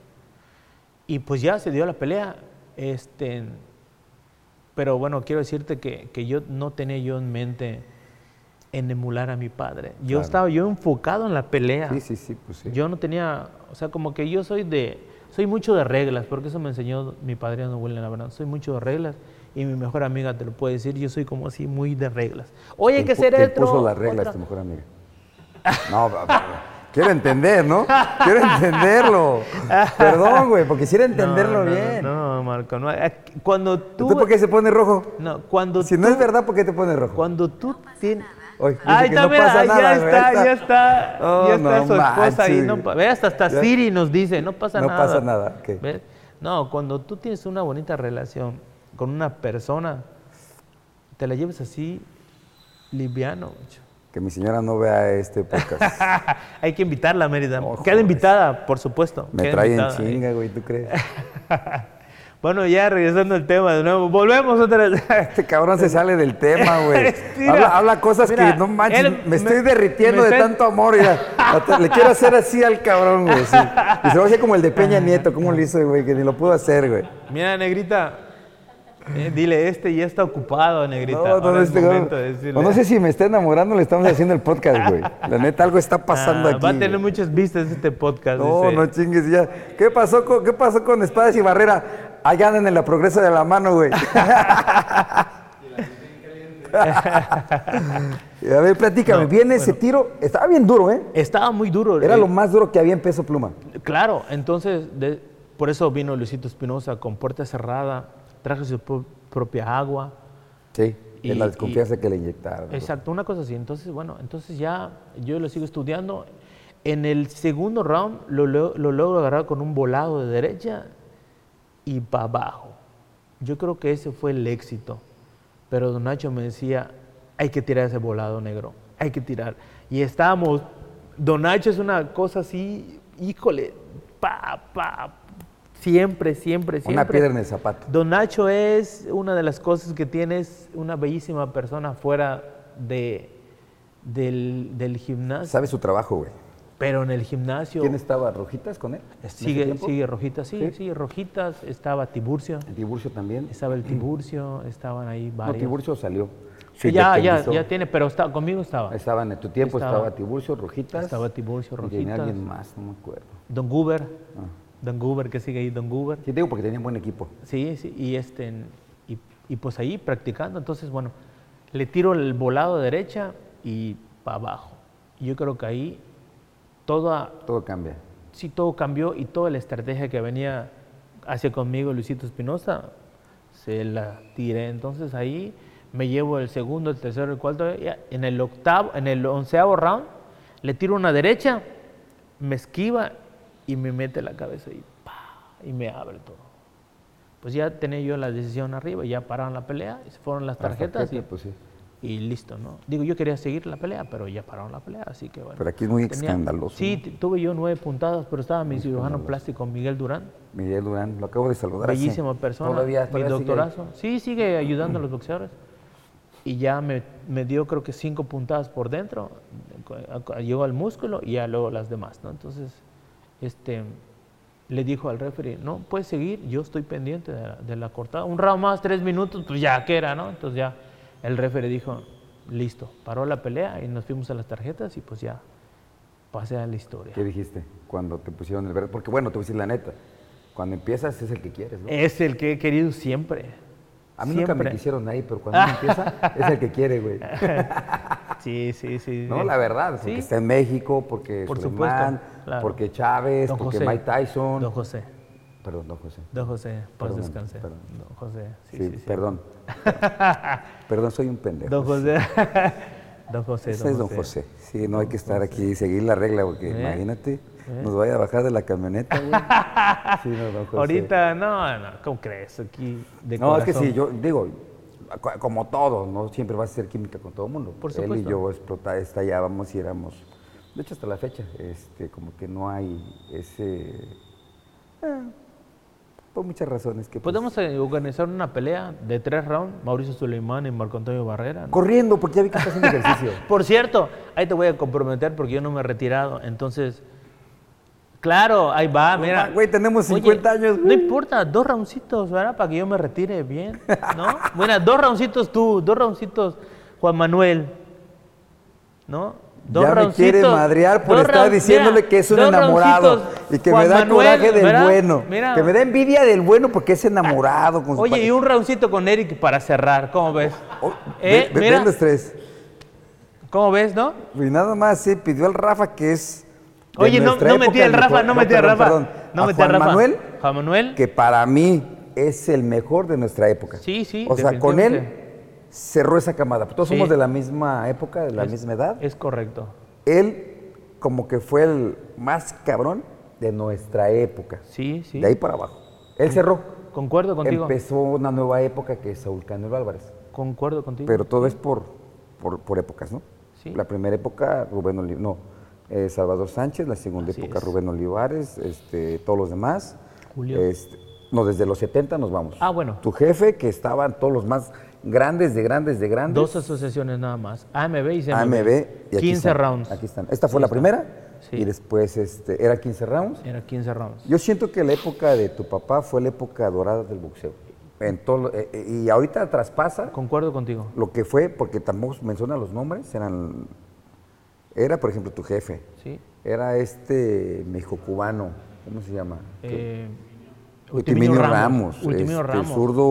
S2: Y pues ya se dio la pelea. Este, pero bueno, quiero decirte que, que yo no tenía yo en mente en emular a mi padre. Yo
S1: Claro.
S2: estaba yo enfocado en la pelea.
S1: Sí, sí, sí, pues sí.
S2: Yo no tenía, o sea, como que yo soy de, soy mucho de reglas, porque eso me enseñó mi padre no huele la verdad. Soy mucho de reglas y mi mejor amiga te lo puede decir, yo soy como así muy de reglas. Oye, hay
S1: ¿Quién
S2: que
S1: pu-
S2: ser
S1: quién
S2: esto.
S1: puso las reglas, tu mejor amiga. No, va- va- quiero entender, ¿no? Quiero entenderlo. Perdón, güey, porque quisiera entenderlo bien.
S2: No, Marco, no. eh, aquí- Cuando tú,
S1: ¿Tú por qué se pone rojo?
S2: no, cuando
S1: Si no es verdad, ¿por qué te pone rojo?
S2: cuando tú tienes
S1: Oye, dice
S2: Ahí
S1: que
S2: está,
S1: no
S2: mira,
S1: pasa
S2: ahí
S1: nada,
S2: ya
S1: güey,
S2: está,
S1: está.
S2: ya está,
S1: Oh,
S2: ya está
S1: no
S2: su esposa ahí.
S1: manches.
S2: No, pa- ve, hasta, hasta
S1: Ya-
S2: Siri nos dice, no pasa
S1: No
S2: nada.
S1: pasa nada, ok.
S2: ¿Ves? No, cuando tú tienes una bonita relación con una persona, te la lleves así, liviano. macho.
S1: Que mi señora no vea este podcast.
S2: Hay que invitarla a Mérida.
S1: Ojo,
S2: Queda invitada, por supuesto.
S1: Me
S2: queda
S1: trae en
S2: invitada ahí.
S1: chinga, güey, ¿tú crees?
S2: Bueno, ya regresando al tema de nuevo, volvemos otra vez.
S1: Este cabrón se sale del tema, güey.
S2: Mira,
S1: habla, habla cosas
S2: mira,
S1: que no manches.
S2: él-
S1: me estoy
S2: me-
S1: derritiendo
S2: me
S1: de
S2: está-
S1: tanto amor. mira. Hasta le quiero hacer así al cabrón, güey. sí. Y se lo hace como el de Peña Nieto. ¿Cómo lo hizo, güey? Que ni lo pudo hacer, güey.
S2: Mira, negrita. eh, dile, este ya está ocupado, negrita.
S1: No, no,
S2: Ahora es
S1: este
S2: momento de
S1: cabrón.
S2: decirle.
S1: O no sé si me está enamorando, le estamos haciendo el podcast, güey. La neta, algo está pasando
S2: Ah,
S1: aquí.
S2: Va a tener
S1: güey.
S2: muchas vistas este podcast.
S1: No,
S2: dice.
S1: no chingues ya. ¿Qué pasó con, qué pasó con Espadas y Barrera? Allá andan en la progresa de la mano, güey. A ver, platícame,
S2: No,
S1: viene ese tiro, estaba bien duro, ¿eh?
S2: Estaba muy duro.
S1: Era
S2: eh,
S1: lo más duro que había en peso pluma.
S2: Claro, entonces, de- por eso vino Luisito Espinosa con puerta cerrada, trajo su pro- propia agua.
S1: Sí.
S2: Y-
S1: de la desconfianza que le inyectaron.
S2: Exacto, una cosa así. Entonces, bueno, entonces ya yo lo sigo estudiando. En el segundo round lo, lo- lo logro agarrar con un volado de derecha y para abajo. Yo creo que ese fue el éxito. Pero don Nacho me decía, hay que tirar ese volado negro, hay que tirar. Y estábamos, don Nacho es una cosa así, híjole, pa, pa, Siempre, siempre, siempre.
S1: Una piedra en el zapato.
S2: Don Nacho es una de las cosas que tiene, es una bellísima persona fuera de, del, del gimnasio.
S1: Sabe su trabajo, güey.
S2: Pero en el gimnasio
S1: ¿Quién estaba? ¿Rojitas con él? en ese
S2: sigue,
S1: tiempo?
S2: sigue Rojitas, sí,
S1: Sí.
S2: sí, Rojitas, estaba Tiburcio,
S1: El Tiburcio también.
S2: estaba el Tiburcio, estaban ahí
S1: No,
S2: varios.
S1: Tiburcio salió.
S2: Sí, ya, ya, ya tiene, pero está, conmigo estaba.
S1: Estaba en tu tiempo, estaba,
S2: Estaba-
S1: Tiburcio, Rojitas.
S2: estaba Tiburcio,
S1: y tenía
S2: Rojitas.
S1: alguien más, no me acuerdo.
S2: Don Goober,
S1: Ah.
S2: Don Goober, que sigue ahí, Don Goober.
S1: Sí, te digo porque tenían buen equipo.
S2: Sí, sí, y, este, y, y pues ahí practicando. Entonces, bueno, le tiro el volado derecha y para abajo. Y Yo creo que ahí toda,
S1: Todo cambia.
S2: sí, todo cambió y toda la estrategia que venía hacia conmigo Luisito Espinosa, se la tiré. Entonces ahí me llevo el segundo, el tercero, el cuarto. y a- En el octavo, en el onceavo round, le tiro una derecha, me esquiva y me mete la cabeza y, ¡pa! y me abre todo. Pues ya tenía yo la decisión arriba, ya pararon la pelea, y se fueron las tarjetas
S1: Las
S2: y-
S1: tarjetas, pues sí.
S2: y listo, ¿no? Digo, yo quería seguir la pelea, pero ya pararon la pelea, así que bueno.
S1: Pero aquí es muy escandaloso,
S2: Sí,
S1: ¿no?
S2: t- tuve yo nueve puntadas, pero estaba mi cirujano plástico Miguel Durán,
S1: Miguel Durán, lo acabo de saludar. hace-
S2: bellísima persona,
S1: Todavía, todavía
S2: mi
S1: sigue
S2: doctorazo. Sí, sigue ayudando a los boxeadores. Y ya me, me dio creo que cinco puntadas por dentro, cu- a- cu- llegó al músculo y ya luego las demás, ¿no? Entonces, este, le dijo al referee, no, puedes seguir, yo estoy pendiente de la, de la cortada. Un round más, tres minutos, pues ya, que era, no? Entonces ya el referee dijo, listo, paró la pelea y nos fuimos a las tarjetas y pues ya pasé a la historia.
S1: ¿Qué dijiste cuando te pusieron el verde? Porque bueno, te voy a decir la neta. Cuando empiezas es el que quieres, ¿no?
S2: Es el que he querido siempre.
S1: A mí nunca me
S2: Siempre.
S1: quisieron ahí, pero cuando uno empieza es el que quiere, güey.
S2: Sí, sí, sí.
S1: No,
S2: sí.
S1: la verdad, porque
S2: Sí.
S1: está en México, porque
S2: Por
S1: Suleimán,
S2: supuesto, claro.
S1: porque Chávez,
S2: Don
S1: porque
S2: José.
S1: Mike Tyson.
S2: Don José.
S1: Perdón, don José.
S2: Don José, paz
S1: Perdón,
S2: descanse.
S1: perdón.
S2: Don José, sí,
S1: Sí,
S2: sí, sí.
S1: perdón. Perdón, soy un pendejo.
S2: Don José. Don José, ¿Eh?
S1: Ese es don José. Sí, no hay que estar aquí y seguir la regla, porque imagínate, nos vaya a bajar de la camioneta, güey. Sí, no, don José.
S2: Ahorita, no, no, ¿cómo crees? Aquí de
S1: No, es que
S2: corazón.
S1: sí, yo digo, co- como todo, no siempre vas a hacer química con todo el mundo.
S2: Por
S1: Él y
S2: supuesto.
S1: yo explota, estallábamos y éramos, de hecho hasta la fecha, este, como que no hay ese, eh, por muchas razones que... pues,
S2: Podemos eh, organizar una pelea de tres rounds, Mauricio Suleimán y Marco Antonio Barrera. ¿no?
S1: corriendo, porque ya vi que estás haciendo ejercicio.
S2: Por cierto, ahí te voy a comprometer porque yo no me he retirado. Entonces, claro, ahí va, mira.
S1: ma- güey, tenemos 50 años,
S2: No
S1: güey.
S2: importa, dos roundcitos, ¿verdad? Para que yo me retire bien, ¿no? bueno, dos roundcitos tú, dos roundcitos Juan Manuel, ¿no? Dos
S1: ya me quiere
S2: roundcitos,
S1: madrear por
S2: dos
S1: estar
S2: round-
S1: diciéndole
S2: mira,
S1: que es un
S2: dos
S1: enamorado
S2: roundcitos,
S1: y que me
S2: Juan
S1: da
S2: Manuel,
S1: coraje del
S2: ¿verdad?
S1: bueno,
S2: Mira.
S1: que me da envidia del bueno porque es enamorado. Con su
S2: Oye, y
S1: pareja.
S2: un roundcito con Eric para cerrar, ¿cómo ves?
S1: Oh,
S2: Eh,
S1: ve- ve-
S2: mira.
S1: ven los tres.
S2: ¿Cómo ves, no?
S1: Y nada más se pidió al Rafa que es. de
S2: Oye, no,
S1: nuestra
S2: no
S1: época,
S2: metí al
S1: de
S2: Rafa,
S1: nuestro-
S2: no metí al
S1: perdón,
S2: Rafa.
S1: perdón,
S2: no
S1: a
S2: metí al
S1: Juan
S2: Rafa.
S1: Manuel,
S2: Juan Manuel.
S1: que para mí es el mejor de nuestra época.
S2: Sí, sí,
S1: O sea, con él cerró esa camada. Todos
S2: Sí.
S1: somos de la misma época, de la misma edad.
S2: Es correcto.
S1: Él, como que fue el más cabrón de nuestra época.
S2: Sí, sí.
S1: De ahí para abajo. Él cerró.
S2: Concuerdo contigo.
S1: Empezó una nueva época que es Saúl Canelo Álvarez.
S2: Concuerdo contigo.
S1: Pero todo es por, por, por épocas, ¿no?
S2: Sí.
S1: La primera época, Rubén Olivares, no, eh, Salvador Sánchez, la segunda
S2: Así
S1: época,
S2: es.
S1: Rubén Olivares, este, todos los demás.
S2: Julio.
S1: Este, no, desde los 70 nos vamos.
S2: Ah, bueno.
S1: Tu jefe, que estaban todos los más grandes, de grandes, de grandes.
S2: Dos asociaciones nada más. AMB y CMB.
S1: AMB. Y aquí
S2: 15
S1: están,
S2: rounds.
S1: Aquí están. Esta fue la primera.
S2: Sí.
S1: Y después, este, era 15 rounds.
S2: Era 15 rounds.
S1: Yo siento que la época de tu papá fue la época dorada del boxeo. En todo, lo- eh, eh, y ahorita traspasa
S2: Concuerdo contigo.
S1: lo que fue, porque tampoco menciona los nombres, eran. Era, por ejemplo, tu jefe.
S2: Sí.
S1: Era este mexicano, ¿cómo se llama?
S2: Eh,
S1: Ultiminio
S2: Ultiminio
S1: este, El
S2: Ramos.
S1: zurdo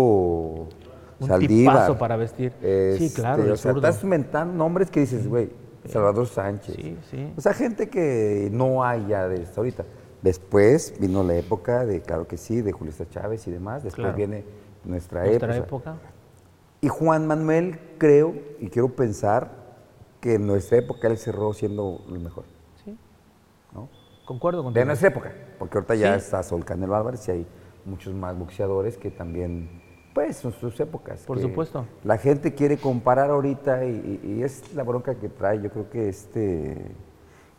S2: Un
S1: Saldívar.
S2: tipazo para vestir. Sí, claro,
S1: Este,
S2: el
S1: o sea,
S2: zurdo.
S1: estás inventando nombres que dices, güey, Salvador Sánchez.
S2: Sí, sí.
S1: O sea, gente que no hay ya de esta ahorita. Después vino la época de, claro que sí, de Julio César Chávez y demás. Después
S2: Claro.
S1: viene nuestra,
S2: Nuestra
S1: época.
S2: época.
S1: Y Juan Manuel, creo y quiero pensar que en nuestra época él cerró siendo el mejor,
S2: Sí.
S1: ¿no?
S2: Concuerdo
S1: De
S2: contigo.
S1: nuestra época, porque ahorita ya
S2: Sí.
S1: está Sol Canelo Álvarez y hay muchos más boxeadores que también, pues, son sus épocas.
S2: Por
S1: que
S2: supuesto.
S1: La gente quiere comparar ahorita y, y- y es la bronca que trae, yo creo que este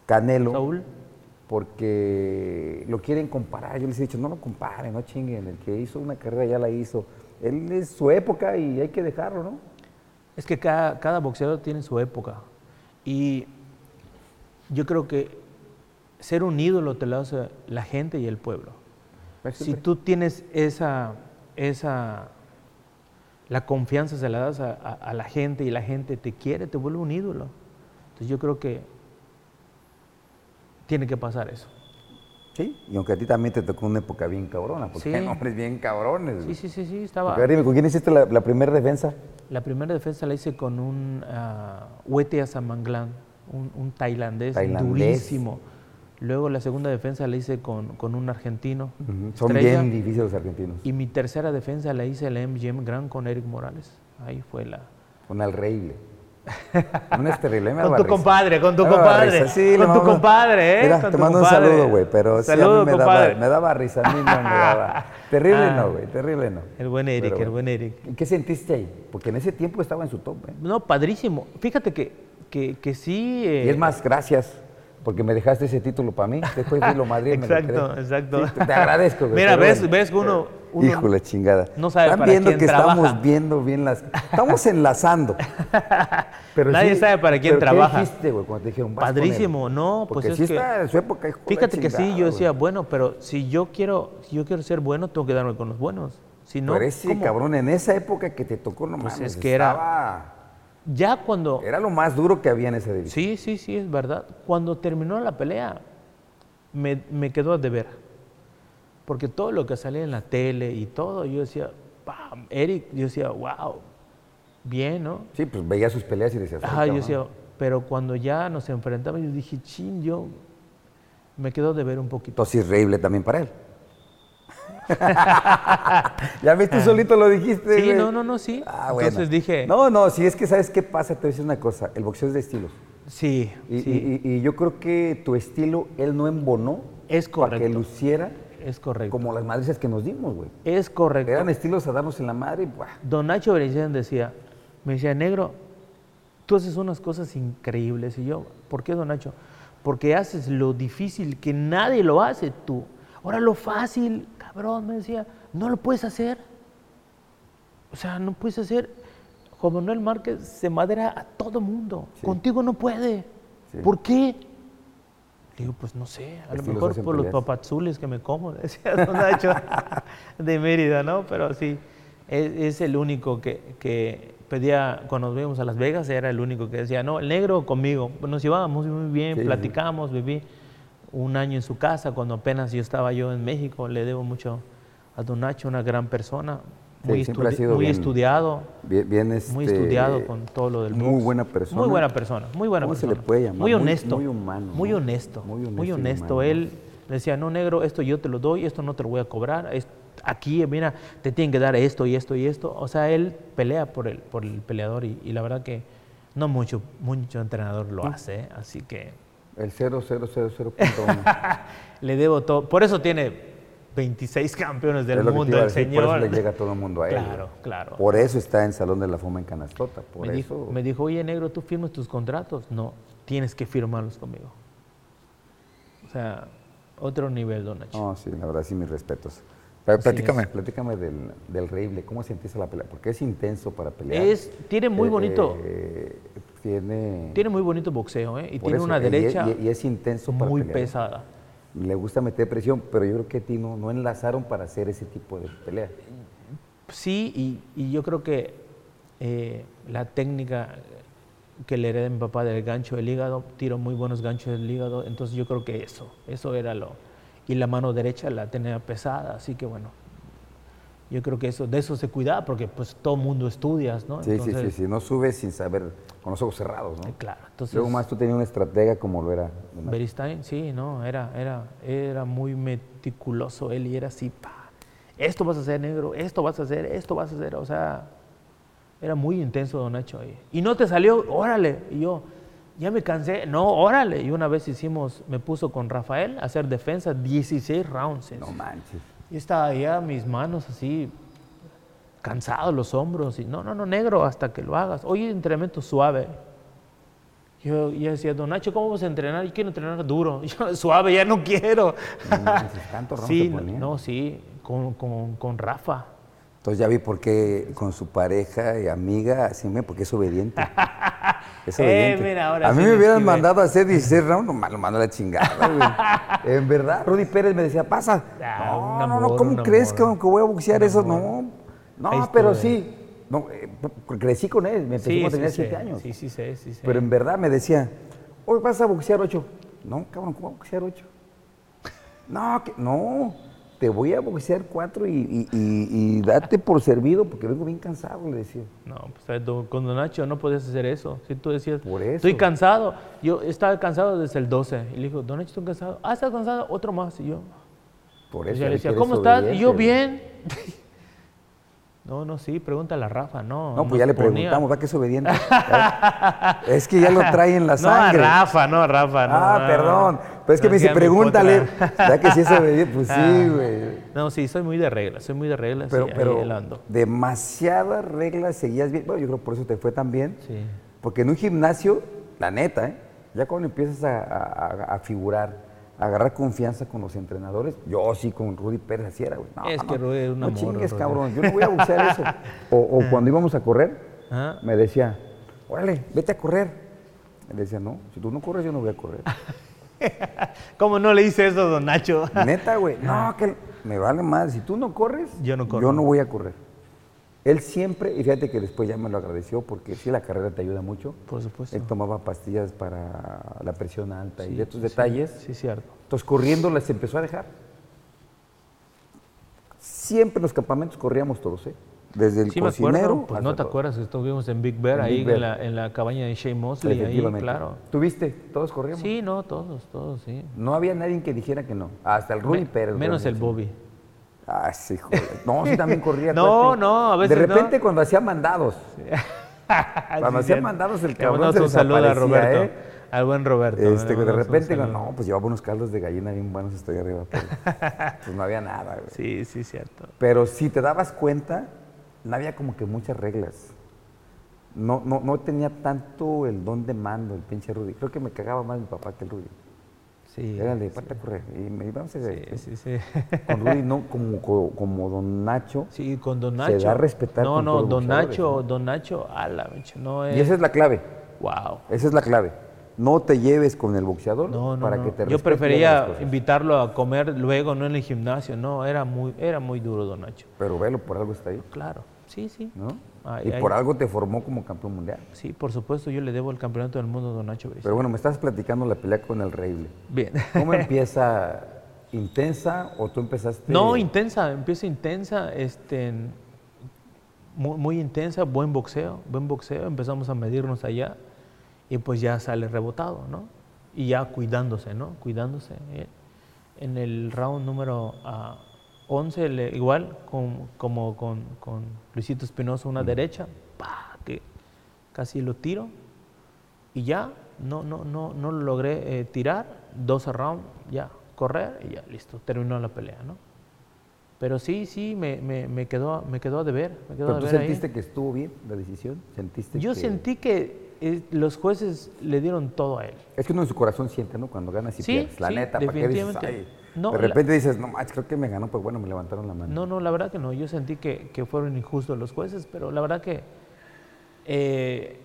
S1: Canelo
S2: Saúl.
S1: porque lo quieren comparar. Yo les he dicho, no lo comparen, no chinguen. El que hizo una carrera ya la hizo. Él es su época y hay que dejarlo, ¿no?
S2: Es que cada, cada boxeador tiene su época. Y yo creo que ser un ídolo te lo hace la gente y el pueblo. Si
S1: Siempre.
S2: tú tienes esa, esa, la confianza se la das a, a- a la gente y la gente te quiere, te vuelve un ídolo. Entonces yo creo que tiene que pasar eso.
S1: Sí. Y aunque a ti también te tocó una época bien cabrona, porque
S2: Sí.
S1: hay hombres bien cabrones.
S2: Sí,
S1: güey.
S2: sí, sí, sí, estaba.
S1: Porque, a ver, dime, ¿con quién hiciste la, la primera defensa?
S2: La primera defensa la hice con un ah, Huete a Samanglán, un, un tailandés,
S1: Tailandés.
S2: durísimo. Luego la segunda defensa la hice con, con un argentino.
S1: Son
S2: estrella.
S1: bien difíciles los argentinos.
S2: Y mi tercera defensa la hice la MGM Grand con Eric Morales. Ahí fue la.
S1: Con el rey. Una es terrible. este me
S2: Con tu
S1: abarriza.
S2: compadre, con tu
S1: Me da
S2: compadre,
S1: barriza, sí,
S2: con
S1: le
S2: tu
S1: mando-
S2: compadre, ¿eh?
S1: Mira,
S2: Con
S1: te
S2: tu
S1: mando
S2: compadre.
S1: un saludo, güey, pero sí, a mí
S2: Saludo,
S1: me,
S2: compadre. Ah.
S1: Daba, me daba risa, a mí no me daba. Terrible no, güey, terrible no.
S2: El buen Eric,
S1: Pero
S2: el buen Eric.
S1: ¿Y qué sentiste ahí? Porque en ese tiempo estaba en su top, ¿eh?
S2: No, padrísimo. Fíjate que, que, que sí. eh,
S1: Y es más, gracias, porque me dejaste ese título para mí. Después de lo Madrid y me lo quedé.
S2: Exacto, exacto.
S1: Sí, te- te agradezco. güey,
S2: Mira,
S1: pero
S2: ves-
S1: bueno.
S2: ves que uno- uno-
S1: Hijo de la chingada.
S2: no sabe
S1: Están
S2: para
S1: viendo
S2: quién
S1: que
S2: trabaja.
S1: estamos viendo bien las... Estamos enlazando. Pero
S2: Nadie sabe para quién
S1: pero
S2: trabaja.
S1: ¿Qué dijiste, güey, cuando te dijeron, "Vas con él"?
S2: Padrísimo, no, pues
S1: Porque
S2: es
S1: sí
S2: que-
S1: está en su época, hijo de la
S2: Fíjate que sí,
S1: chingada,
S2: yo
S1: güey.
S2: decía, bueno, pero si yo quiero, si yo quiero ser bueno, tengo que darme con los buenos. Si no,
S1: pero ese
S2: ¿cómo? Pues
S1: cabrón, en esa época que te tocó, no mames,
S2: es que era-
S1: estaba-
S2: ya cuando.
S1: Era lo más duro que había en esa división.
S2: Sí, sí, sí, es verdad. Cuando terminó la pelea, me, me quedó a deber. Porque todo lo que salía en la tele y todo, yo decía, ¡pam! Eric, yo decía, wow, bien, ¿no?
S1: Sí, pues veía sus peleas y decías, "Ay,
S2: Ajá, yo
S1: cabrón".
S2: decía, pero cuando ya nos enfrentamos, yo dije, chin, yo me quedo de ver un poquito.
S1: Entonces es reíble también para él. ya ves, tú solito lo dijiste.
S2: Sí,
S1: güey.
S2: no, no, no, sí.
S1: Ah, bueno.
S2: Entonces dije,
S1: No, no, si es que sabes qué pasa, te voy a decir una cosa. El boxeo es de estilos.
S2: sí,
S1: Y,
S2: sí,
S1: y- y- y yo creo que tu estilo, él no embonó
S2: Es
S1: para que
S2: correcto.
S1: luciera
S2: es correcto.
S1: como las madrizas que nos dimos, güey.
S2: Es correcto.
S1: Eran estilos a darnos en la madre y ¡buah!
S2: Don Nacho Berenstein decía, me decía, negro, tú haces unas cosas increíbles. Y yo, ¿por qué, don Nacho? Porque haces lo difícil que nadie lo hace tú. Ahora lo fácil, cabrón, me decía, no lo puedes hacer. O sea, no puedes hacer. Juan Manuel Márquez se madera a todo mundo.
S1: Sí.
S2: Contigo no puede.
S1: Sí.
S2: ¿Por qué? Le digo, pues no sé, a lo
S1: Estilos
S2: mejor
S1: hacen
S2: por los
S1: peleas.
S2: papazules que me como, decía Don Nacho de Mérida, ¿no? Pero sí, es, es el único que, que pedía, cuando nos íbamos a Las Vegas, era el único que decía, no, el negro conmigo. Nos llevábamos muy bien,
S1: Sí, sí.
S2: platicamos, viví un año en su casa cuando apenas yo estaba yo en México. Le debo mucho a Don Nacho, una gran persona,
S1: Sí,
S2: muy,
S1: siempre ha
S2: estudi-
S1: sido
S2: muy
S1: bien-
S2: estudiado,
S1: Bien, bien, este,
S2: muy estudiado con todo lo del
S1: Muy
S2: box.
S1: buena persona.
S2: Muy buena persona, muy buena
S1: ¿Cómo se
S2: persona.
S1: le puede llamar?
S2: Muy
S1: Muy-
S2: honesto.
S1: muy humano,
S2: Muy
S1: ¿no?
S2: honesto.
S1: Muy
S2: Muy honesto.
S1: honesto y humano.
S2: Él decía, no, negro, esto yo te lo doy, esto no te lo voy a cobrar. es- aquí, mira, te tienen que dar esto y esto y esto. O sea, él pelea por el, por el peleador y, y la verdad que no mucho, mucho entrenador
S1: Mm.
S2: lo hace. ¿eh? Así que
S1: El 0000.1.
S2: le debo todo. Por eso tiene 26 campeones del
S1: Es lo que te
S2: mundo
S1: iba a
S2: el
S1: decir, por
S2: señor.
S1: eso le llega a todo el mundo a él, güey.
S2: Claro, claro.
S1: Por eso está en Salón de la Fama en Canastota. Por
S2: me,
S1: eso.
S2: dijo, me dijo, oye, negro, ¿tú firmas tus contratos? No, tienes que firmarlos conmigo. O sea, otro nivel, don Nacho.
S1: No, sí, la verdad, sí, mis respetos. Pero
S2: Así es.
S1: platícame, platícame del, del Reible, ¿cómo se empieza la pelea? Porque es intenso para pelear.
S2: Es- tiene muy bonito-
S1: eh, tiene.
S2: Tiene muy bonito boxeo, ¿eh? Y
S1: por
S2: tiene
S1: eso,
S2: una
S1: y-
S2: derecha
S1: Y, y es intenso para
S2: muy
S1: pelear.
S2: pesada.
S1: Le gusta meter presión, pero yo creo que a ti no, no enlazaron para hacer ese tipo de pelea.
S2: Sí, y, y yo creo que eh, la técnica que le heredé a mi papá del gancho del hígado, tiro muy buenos ganchos del hígado, entonces yo creo que eso, eso era lo. Y la mano derecha la tenía pesada, así que bueno, yo creo que eso, de eso se cuidaba, porque pues todo mundo estudias, ¿no?
S1: Sí, sí,
S2: Entonces,
S1: sí, sí. No subes sin saber, con los ojos cerrados, ¿no?
S2: Claro, entonces
S1: Luego más tú tenías una estratega como lo era.
S2: Beristain, sí, no, era, era, era muy meticuloso él y era así, pa, esto vas a hacer negro, esto vas a hacer, esto vas a hacer, o sea, era muy intenso Don Nacho ahí. Y no te salió, órale, y yo, ya me cansé, no, órale, y una vez hicimos, me puso con Rafael a hacer defensa 16 rounds.
S1: No manches.
S2: Y estaba ya mis manos así, cansados los hombros. Y no, no, no, negro, hasta que lo hagas. Oye, entrenamiento suave. Yo, yo decía, don Nacho, ¿cómo vamos a entrenar? Yo quiero entrenar duro, Yo, suave, ya no quiero.
S1: manches, tanto ron
S2: sí,
S1: te
S2: no,
S1: ponían.
S2: no, sí, con, con- con Rafa.
S1: Entonces ya vi por qué con su pareja y amiga, sí, mira, porque es obediente. Es
S2: Eh,
S1: obediente.
S2: mira, ahora
S1: a
S2: sí
S1: mí
S2: me
S1: me hubieran
S2: esquivé.
S1: mandado a hacer 16 rounds, nomás lo mando a la chingada, güey. En verdad, Rudy Pérez me decía, pasa.
S2: Ah,
S1: no,
S2: un
S1: no, no,
S2: amor,
S1: ¿cómo
S2: un
S1: crees que,
S2: amor.
S1: que voy a boxear
S2: Un
S1: eso?
S2: amor.
S1: No,
S2: Ahí
S1: no, pero
S2: estuve.
S1: sí. No, eh, crecí con él, me empezó
S2: Sí,
S1: cuando
S2: sí,
S1: tenía
S2: sé.
S1: 7 años.
S2: Sí, sí, sé, sí, sé.
S1: Pero en verdad me decía, hoy vas a boxear ocho. No, cabrón, ¿cómo voy a boxear ocho? No, que- no, te voy a boxear cuatro y, y- y- y date por servido porque vengo bien cansado, le decía.
S2: No, pues ¿sabes? Do- con Don Nacho no podías hacer eso. Si tú decías,
S1: Por eso.
S2: estoy cansado. Yo estaba cansado desde el 12. Y le dijo, Don Nacho, estoy cansado. Ah, estás cansado, otro más. Y yo,
S1: Por
S2: pues
S1: eso.
S2: yo le
S1: él
S2: decía,
S1: quiere
S2: ¿cómo estás?
S1: obediente,
S2: Y yo,
S1: güey.
S2: bien. no, no, sí, pregúntale a Rafa, no.
S1: No,
S2: nos
S1: pues ya le
S2: ponía-
S1: preguntamos, ¿va que es obediente? es que ya lo trae en la
S2: No, a
S1: sangre.
S2: Rafa, no, a Rafa. No,
S1: ah,
S2: no,
S1: perdón.
S2: no.
S1: Pero es que
S2: No,
S1: me dice,
S2: hacía mi
S1: pregúntale.
S2: contra.
S1: ¿Verdad que sí es obediente? Pues sí,
S2: Ah.
S1: güey.
S2: No, sí, soy muy de reglas, soy muy de reglas.
S1: Pero,
S2: sí, ahí
S1: pero
S2: le ando.
S1: demasiadas reglas seguías bien. Bueno, yo creo por eso te fue tan bien.
S2: Sí.
S1: Porque en un gimnasio, la neta, ¿eh? ya cuando empiezas a, a- a- a figurar, a agarrar confianza con los entrenadores, yo sí con Rudy Pérez así era, güey. No,
S2: Es
S1: no,
S2: que Rudy era un
S1: No
S2: amor,
S1: chingues,
S2: Rudy.
S1: cabrón, yo no voy a boxear eso. O, o cuando íbamos a correr,
S2: Ah.
S1: me decía, órale, vete a correr. Le decía, no, si tú no corres, yo no voy a correr.
S2: ¿Cómo no le hice eso, Don Nacho?
S1: Neta, güey. No, que me vale madre. Si tú no corres,
S2: Yo no corro.
S1: yo no voy a correr. Él siempre, y fíjate que después ya me lo agradeció porque sí, la carrera te ayuda mucho.
S2: Por supuesto.
S1: Él tomaba pastillas para la presión alta y de estos detalles.
S2: Sí, cierto.
S1: Entonces, corriendo las empezó a dejar. Siempre en los campamentos corríamos todos, ¿eh? Desde el
S2: Sí, me
S1: cocinero.
S2: acuerdo. Pues
S1: hasta
S2: no te
S1: todo.
S2: acuerdas que estuvimos en Big Bear,
S1: En
S2: ahí
S1: Big Bear.
S2: En, la, en la cabaña de Shea Mosley, ahí,
S1: Efectivamente.
S2: claro.
S1: ¿Tuviste? Todos corríamos.
S2: Sí, no, todos, todos, sí.
S1: No había nadie que dijera que no. Hasta el Rudy
S2: Me-
S1: Pérez.
S2: menos
S1: güey.
S2: el Bobby.
S1: Ah, sí, joder. No, sí también corría.
S2: No,
S1: cuate.
S2: no, a veces
S1: De
S2: no.
S1: repente cuando hacía mandados.
S2: Sí,
S1: Cuando hacía
S2: Ah, cierto.
S1: mandados el
S2: Le
S1: cabrón
S2: mandamos
S1: se
S2: un saludo a
S1: desaparecía,
S2: Roberto,
S1: ¿eh?
S2: al buen Roberto. le
S1: este, de
S2: mandamos un
S1: repente, digo,
S2: saludo.
S1: no, pues llevaba unos caldos de gallina bien buenos hasta allá arriba. Pero, pues no había nada, güey.
S2: Sí, sí, cierto.
S1: Pero si te dabas cuenta, no había como que muchas reglas. No, no, no tenía tanto el don de mando el pinche Rudy. Creo que me cagaba más mi papá que el Rudy.
S2: Sí,
S1: Era el de, "Ponte a correr. Y me íbamos a hacer
S2: sí, sí, sí.
S1: Con Rudy, no, como, como, como don Nacho.
S2: Sí, con Don
S1: Se
S2: Nacho.
S1: da a respetar
S2: No,
S1: con todos
S2: no,
S1: los
S2: Don
S1: boxeadores,
S2: Nacho, Don Nacho, a la mecha, no es.
S1: Y esa es la clave.
S2: Wow.
S1: Esa es la clave. No te lleves con el boxeador
S2: No, no,
S1: para
S2: no.
S1: que te
S2: Yo
S1: respete las
S2: prefería
S1: cosas.
S2: invitarlo a comer luego, no en el gimnasio. No, era muy, era muy duro, Don Nacho.
S1: Pero velo, por algo está ahí,
S2: Claro, sí, sí.
S1: ¿no?
S2: Ay,
S1: y
S2: ay.
S1: por algo te formó como campeón mundial.
S2: Sí, por supuesto, yo le debo el campeonato del mundo a Don Nacho Brizuela.
S1: Pero bueno, me estás platicando la pelea con el Reyble.
S2: Bien.
S1: ¿Cómo empieza? ¿Intensa o tú empezaste?
S2: No, intensa, empieza intensa, este, en- muy, muy intensa, buen boxeo, buen boxeo, empezamos a medirnos allá y pues ya sale rebotado, ¿no? Y ya cuidándose, ¿no? Cuidándose. eh. En el round número ah, 11, le- igual, con- como con, con Luisito Espinosa, una derecha, pa, que casi lo tiro y ya, no, no, no, no lo logré eh, tirar, 12 rounds, ya, correr y ya, listo, terminó la pelea, ¿no? Pero sí, sí, me, me, me quedó, me quedó a deber, me quedó
S1: ¿Pero
S2: a
S1: tú
S2: deber ahí.
S1: sentiste que estuvo bien la decisión? ¿Sentiste
S2: Yo
S1: que-
S2: sentí que eh, los jueces le dieron todo a él.
S1: Es que uno en su corazón siente, ¿no? Cuando ganas y
S2: Sí,
S1: pierdes. La
S2: sí,
S1: neta, ¿para qué dices?
S2: definitivamente.
S1: "Ay"?
S2: No,
S1: de
S2: la-
S1: repente dices, no, manches, creo que me ganó, pues bueno, me levantaron la mano.
S2: No, no, la verdad que no. Yo sentí que, que fueron injustos los jueces, pero la verdad que eh,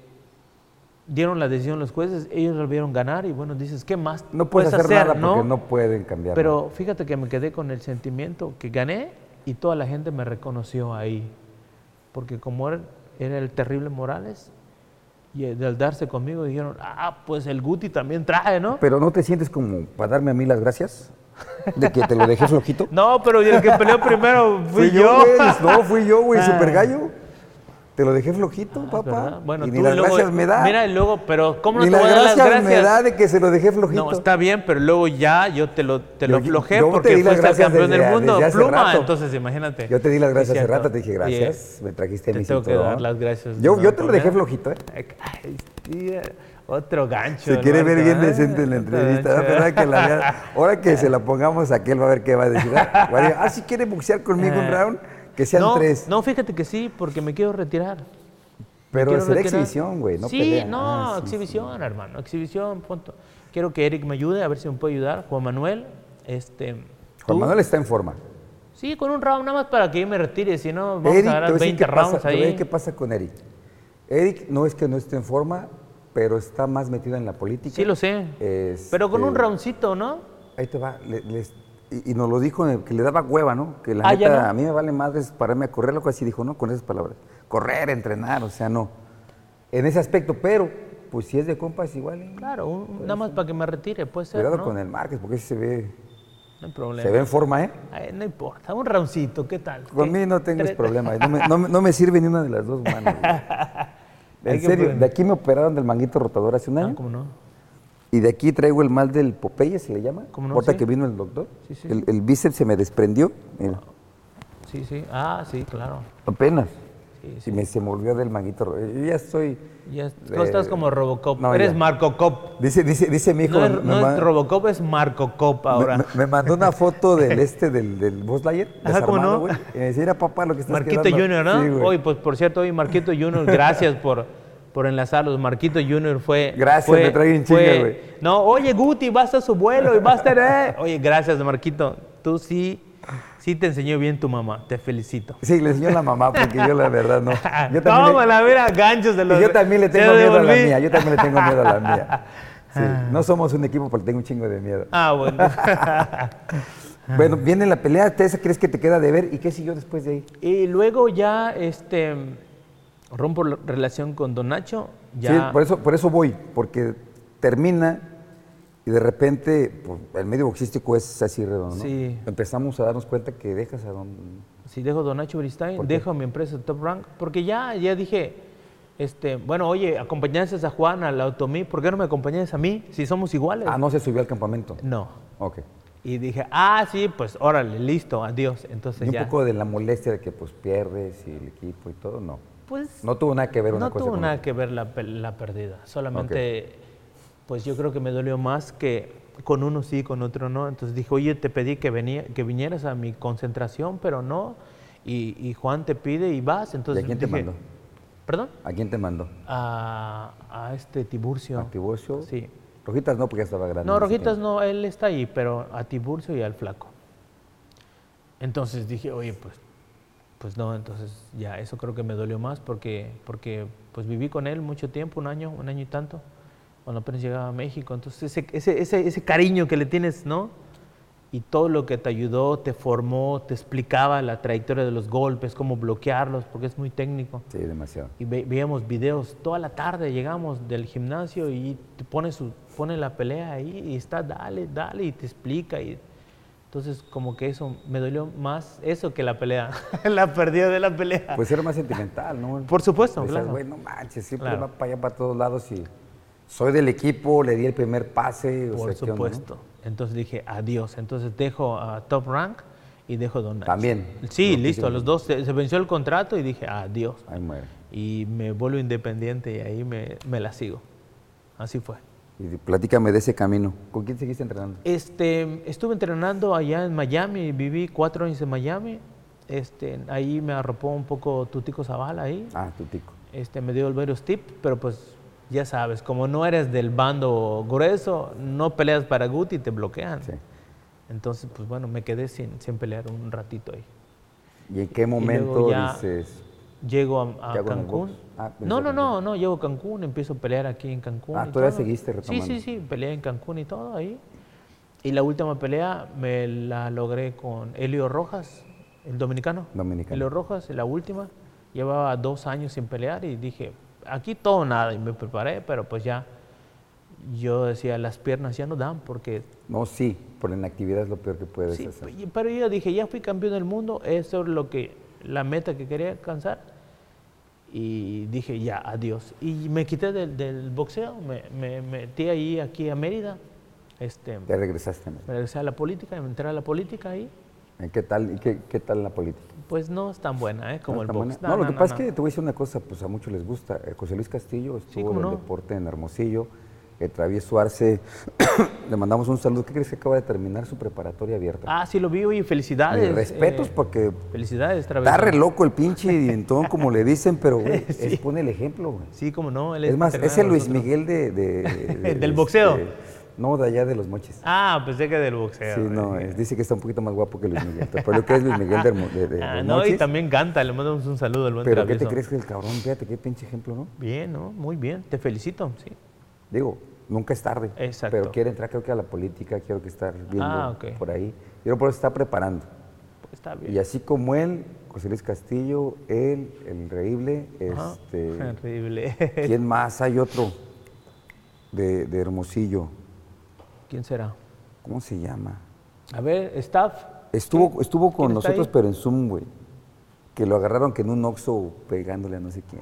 S2: dieron la decisión los jueces, ellos lo vieron ganar y bueno, dices, ¿qué más
S1: No puedes, hacer, nada porque no pueden cambiar.
S2: Pero fíjate que me quedé con el sentimiento que gané y toda la gente me reconoció ahí. Porque como era, era el terrible Morales, y eh, al darse conmigo dijeron, ah, pues el Guti también trae, ¿no?
S1: Pero no te sientes como para darme a mí las gracias de que te lo dejé flojito.
S2: No, pero el que peleó primero fui, yo. Ah.
S1: güey. pues, No, fui yo, güey, super gallo. Te lo dejé flojito, papá.
S2: ¿Verdad? Bueno,
S1: y
S2: tú
S1: ni las
S2: luego-
S1: gracias me da.
S2: Mira, y luego, pero ¿cómo no
S1: ni
S2: te
S1: las
S2: voy a dar las
S1: gracias,
S2: gracias?
S1: me da de que se lo dejé flojito.
S2: No, está bien, pero luego ya yo te lo, te lo
S1: Yo-
S2: aflojé
S1: yo te di
S2: porque
S1: las
S2: fuiste el
S1: gracias
S2: campeón
S1: desde-
S2: del mundo.
S1: desde hace
S2: Pluma,
S1: rato.
S2: entonces imagínate.
S1: Yo te di las
S2: Sí,
S1: gracias hace
S2: cierto.
S1: rato, te dije
S2: Oye,
S1: gracias, me trajiste
S2: te
S1: mi
S2: tengo que
S1: cinturón.
S2: dar las gracias.
S1: Yo-
S2: ¿no?
S1: yo te lo dejé
S2: Porque-
S1: flojito, ¿eh?
S2: Ay, tía, otro gancho.
S1: Se quiere
S2: ¿no?
S1: ver bien
S2: Ay,
S1: decente en la
S2: otro
S1: entrevista. ¿no?
S2: gancho.
S1: ¿Verdad que la vea- ahora que se la pongamos a aquel va a ver qué va a decir. Ah, va a decir, ah, si quiere boxear conmigo un round, que sean
S2: Eh, no,
S1: tres.
S2: No, fíjate que sí, porque me quiero retirar.
S1: Pero
S2: quiero
S1: será
S2: retirar.
S1: exhibición, güey, no
S2: sí,
S1: pelea.
S2: no,
S1: Ah, sí,
S2: exhibición, hermano, exhibición, punto. Quiero que Eric me ayude, a ver si me puede ayudar. Juan Manuel, este.
S1: Juan
S2: tú.
S1: Manuel está en forma.
S2: Sí, con un round nada más para que yo me retire, si no, vamos
S1: Eric,
S2: a
S1: te voy
S2: agarrar
S1: decir
S2: 20
S1: qué pasa,
S2: rounds
S1: te voy a
S2: ahí.
S1: decir qué pasa con Eric. Eric no es que no esté en forma, pero está más metido en la política.
S2: Sí, lo sé.
S1: Este,
S2: Pero con un roundcito, ¿no?
S1: Ahí te va. le- les- y, y nos lo dijo en el que le daba hueva, ¿no? Que la
S2: Ah, ya
S1: neta,
S2: no.
S1: a mí me vale madres pararme a correr, loco, así dijo, no, con esas palabras. Correr, entrenar, o sea, no. En ese aspecto, pero, pues si es de compas, igual. ¿eh?
S2: Claro, un- nada más para que me retire, puede ser.
S1: Cuidado
S2: ¿no?
S1: con el Márquez, porque ese se ve,
S2: No
S1: se
S2: hay
S1: ve
S2: problema.
S1: en forma, ¿eh?
S2: Ay, no importa, un roundcito, ¿qué tal?
S1: Con
S2: ¿Qué?
S1: mí no tengas
S2: Tres-
S1: problema. ¿eh? No me, no me- no me sirve ni una de las dos manos. güey.
S2: Hay
S1: En
S2: que
S1: serio,
S2: poner-
S1: de aquí me operaron del manguito rotador hace un
S2: Ah,
S1: año.
S2: ¿Cómo no?
S1: Y de aquí traigo el mal del Popeye, se le llama.
S2: ¿Cómo no?
S1: Ahorita
S2: Sí.
S1: que vino el doctor.
S2: Sí, sí.
S1: El, el bíceps se me desprendió. mira,
S2: Sí, sí. Ah, sí, claro.
S1: apenas. Y
S2: Sí,
S1: me se me volvió del manguito rotador. Yo ya estoy.
S2: Ya est- tú estás
S1: Eh,
S2: como Robocop.
S1: no,
S2: Eres
S1: ya.
S2: Marco Cop.
S1: Dice, dice, dice mi hijo.
S2: No, es,
S1: me
S2: no es
S1: ma-
S2: Robocop, es Marco Cop
S1: me-
S2: ahora.
S1: Me, me mandó una foto del este, del, del Buzz Lightyear,
S2: Ajá, ¿cómo
S1: desarmado,
S2: no?
S1: güey. Y me decía, "Mira, papá, lo que estás
S2: Marquito
S1: quedando".
S2: Junior, ¿no?
S1: Sí, güey.
S2: hoy, pues por cierto, hoy Marquito Junior, gracias por, por enlazarlos. Marquito Junior fue.
S1: Gracias,
S2: fue-
S1: me traen en
S2: fue-
S1: chinga, güey.
S2: No, oye, Guti, va a estar su vuelo y va a estar. eh. Oye, gracias, Marquito. Tú sí, sí te enseñó bien tu mamá. Te felicito.
S1: Sí, le enseñó la mamá, porque yo la verdad no. Yo también, le-
S2: Tómala, mira, ganchos de los.
S1: Y yo también le
S2: se
S1: tengo
S2: los
S1: miedo a la
S2: devolví.
S1: mía, yo también le tengo miedo a la mía. Sí, no somos un equipo porque tengo un chingo de miedo.
S2: Ah, bueno. Ah.
S1: Bueno, viene la pelea, ¿te esa crees que te queda de ver? ¿Y qué siguió después de ahí?
S2: Y luego ya este rompo la relación con Don Nacho. Ya,
S1: Sí, por eso, por eso voy, porque termina y de repente pues, el medio boxístico es así redondo. ¿no?
S2: Sí.
S1: Empezamos a darnos cuenta que dejas a don...
S2: Si dejo Don Nacho Beristain,
S1: ¿Por qué?
S2: dejo mi empresa Top Rank, porque ya, ya dije, este, bueno, oye, acompañaste a Juan, a la Otomí, ¿por qué no me acompañas a mí si somos iguales?
S1: Ah, no se subió al campamento.
S2: No.
S1: Ok.
S2: Y dije, ah, sí, pues órale, listo, adiós. Entonces
S1: Y un
S2: ya.
S1: poco de la molestia de que pues pierdes y el equipo y todo, no.
S2: pues,
S1: No tuvo nada que ver una
S2: no
S1: cosa
S2: tuvo
S1: con
S2: nada
S1: otra.
S2: que ver la, pe- la pérdida. Solamente, pues yo creo que me dolió más que con uno sí, con otro no. Entonces dije, oye, te pedí que, venía, que vinieras a mi concentración, pero no. Y, y Juan te pide y vas. Entonces
S1: ¿Y a quién te
S2: dije-
S1: mandó?
S2: ¿Perdón?
S1: ¿A quién te mandó?
S2: A, a este Tiburcio.
S1: ¿A Tiburcio?
S2: Sí.
S1: Rojitas no, porque ya estaba grande.
S2: No,
S1: en ese
S2: Rojitas
S1: tiempo.
S2: no, él está ahí, pero a Tiburcio y al Flaco. Entonces dije, oye, pues, pues no, entonces ya, eso creo que me dolió más porque, porque pues viví con él mucho tiempo, un año, un año y tanto, cuando apenas llegaba a México. Entonces ese, ese, ese, ese cariño que le tienes, ¿no? Y todo lo que te ayudó, te formó, te explicaba la trayectoria de los golpes, cómo bloquearlos, porque es muy técnico
S1: Sí, demasiado.
S2: y ve- veíamos videos toda la tarde llegamos del gimnasio y te pone su pone la pelea ahí y está dale dale y te explica y entonces como que eso me dolió más eso que la pelea la pérdida de la pelea
S1: Pues era más sentimental, ¿no?
S2: por supuesto
S1: Decías,
S2: claro
S1: güey, no manches, siempre
S2: Claro.
S1: va para allá, para todos lados y soy del equipo, le di el primer pase. o
S2: por
S1: sea, ¿qué onda, no?
S2: supuesto entonces dije adiós entonces dejo a Top Rank y dejo Don Nacho.
S1: También.
S2: sí
S1: No,
S2: listo
S1: sí,
S2: los dos se, se venció el contrato y dije adiós
S1: Ay, muere.
S2: y me vuelvo independiente y ahí me, me la sigo así fue
S1: Y di- platícame de ese camino. ¿Con quién seguiste entrenando?
S2: Este, estuve entrenando allá en Miami, viví cuatro años en Miami. Este, ahí me arropó un poco Tutico Zavala ahí.
S1: Ah, tu tico.
S2: Este, me dio varios tips, pero pues ya sabes, como no eres del bando grueso, no peleas para Guti y te bloquean.
S1: Sí.
S2: Entonces, pues bueno, me quedé sin, sin pelear un ratito ahí.
S1: ¿Y en qué
S2: luego
S1: momento
S2: ya-
S1: dices?
S2: Llego a, a
S1: ¿Qué hago en el
S2: Cancún.
S1: box? Ah, pensé
S2: no, no,
S1: que-
S2: no, no, llego a Cancún, empiezo a pelear aquí en Cancún.
S1: Ah,
S2: y
S1: todavía
S2: todo.
S1: seguiste retomando.
S2: Sí, sí, sí, peleé en Cancún y todo ahí. Y la última pelea me la logré con Elio Rojas, el dominicano.
S1: Dominicano.
S2: Elio Rojas, la última. Llevaba dos años sin pelear y dije, aquí todo o nada. Y me preparé, pero pues ya, yo decía, las piernas ya no dan porque
S1: No, sí, por la inactividad es lo peor que puedes
S2: Sí, pues.
S1: hacer.
S2: pe- pero yo dije, ya fui campeón del mundo, eso es lo que, la meta que quería alcanzar. Y dije, ya, adiós. Y me quité del, del boxeo, me, me metí ahí, aquí a Mérida. Este,
S1: Ya
S2: me
S1: regresaste. ¿no?
S2: regresé a la política, me entré a la política ahí.
S1: ¿En ¿Qué tal, y qué, qué tal la política?
S2: Pues no es tan buena, ¿eh? Como
S1: ¿No
S2: el
S1: Ah, está buena?
S2: boxeo.
S1: No, lo que pasa es que te voy a decir una cosa, pues a muchos les gusta. Eh, José Luis Castillo estuvo
S2: cómo
S1: en el
S2: no.
S1: deporte en Hermosillo, eh, Travieso Arce. le mandamos un saludo. ¿Qué crees que acaba de terminar su preparatoria abierta?
S2: Ah, sí, lo vi, oye, felicidades. eh,
S1: Mis respetos, porque
S2: Felicidades,
S1: Está re
S2: Travieso.
S1: loco el pinche dientón, como le dicen, pero güey,
S2: Sí.
S1: es- pone el ejemplo, güey.
S2: Sí, como no. él
S1: Es más,
S2: cercano
S1: ese
S2: a
S1: Luis
S2: nosotros.
S1: Miguel de... de- de- este,
S2: Del boxeo.
S1: no, de allá de los moches.
S2: Ah, pensé que del boxeo.
S1: sí,
S2: güey.
S1: no, es- dice que está un poquito más guapo que Luis Miguel. Pero lo que es Luis Miguel de, Hermo- de- de
S2: Ah,
S1: los
S2: no, y
S1: mochis.
S2: también canta, le mandamos un saludo al buen
S1: Pero ¿qué te
S2: Travieso.
S1: crees que el cabrón? Fíjate, qué pinche ejemplo, ¿no?
S2: Bien, ¿no? Muy bien, te felicito, sí.
S1: Digo, nunca es tarde.
S2: Exacto.
S1: Pero quiere entrar, creo que a la política, quiero que estar viendo
S2: Ah, ok.
S1: por ahí. Yo creo que por eso está preparando.
S2: Pues está bien.
S1: Y así como él, José Luis Castillo, él, el increíble,
S2: Ajá.
S1: este...
S2: Terrible.
S1: ¿Quién más? Hay otro de, de Hermosillo.
S2: ¿Quién será?
S1: ¿Cómo se llama?
S2: A ver, staff.
S1: Estuvo, estuvo con
S2: ¿Quién está
S1: nosotros,
S2: ahí?
S1: pero en Zoom, güey. Que lo agarraron que en un Oxxo pegándole a no sé quién.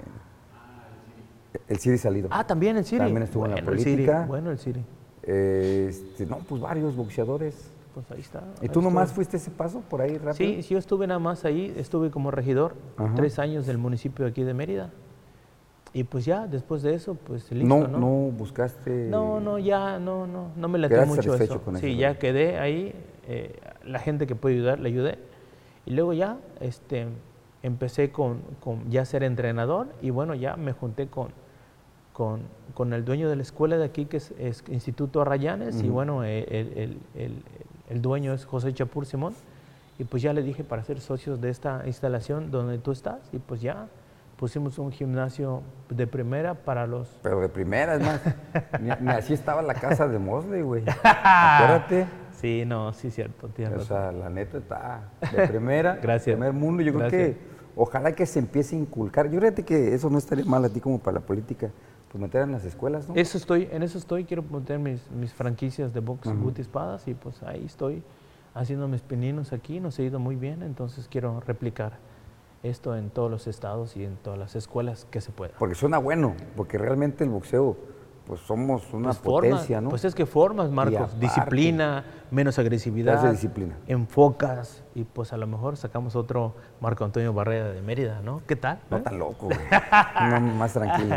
S1: El Siri salido.
S2: Ah, también el Siri.
S1: También estuvo en la
S2: Bueno, el Siri,
S1: política.
S2: Bueno, el Siri.
S1: Este, no, pues varios boxeadores.
S2: Pues ahí está.
S1: ¿Y
S2: ahí
S1: tú nomás
S2: estuvo.
S1: fuiste ese paso por ahí rápido?
S2: Sí, sí, yo estuve nada más ahí, estuve como regidor, tres años del municipio de aquí de Mérida. Y pues ya, después de eso, pues listo,
S1: no,
S2: ¿no?
S1: no, buscaste.
S2: No, no, ya, no, no, no me latió
S1: este, Quedaste
S2: mucho
S1: satisfecho
S2: eso.
S1: con
S2: sí,
S1: eso,
S2: ya
S1: ¿verdad?
S2: quedé ahí, eh, la gente que puede ayudar, le ayudé. Y luego ya, este, empecé con, con ya ser entrenador y bueno, ya me junté con, con, con el dueño de la escuela de aquí, que es, es Instituto Arrayanes, y bueno, eh, el, el- el- el dueño es José Chapur Simón. Y pues ya le dije para ser socios de esta instalación donde tú estás, y pues ya pusimos un gimnasio de primera para los
S1: Pero de primera, es más. ni- ni así estaba la casa de Mosley, güey. Acuérdate.
S2: Sí, no, sí, cierto. tienes
S1: O
S2: razón.
S1: sea, la neta está de primera,
S2: Gracias.
S1: primer mundo. Yo creo
S2: Gracias.
S1: que ojalá que se empiece a inculcar. Yo creo que eso no estaría mal a ti como para la política, pues meter en las escuelas, ¿no?
S2: Eso estoy, en eso estoy, quiero poner mis, mis franquicias de box, boot y espadas y pues ahí estoy haciendo mis pininos aquí, nos he ido muy bien, entonces quiero replicar esto en todos los estados y en todas las escuelas que se pueda.
S1: Porque suena bueno, porque realmente el boxeo, pues somos una
S2: Pues forma-
S1: potencia, ¿no?
S2: Pues es que formas, Marcos,
S1: aparte-
S2: disciplina, menos agresividad,
S1: Clase de disciplina.
S2: enfocas y pues a lo mejor sacamos otro Marco Antonio Barrera de Mérida, ¿no? ¿Qué tal?
S1: No
S2: eh?
S1: tan loco, güey. Uno más tranquilo.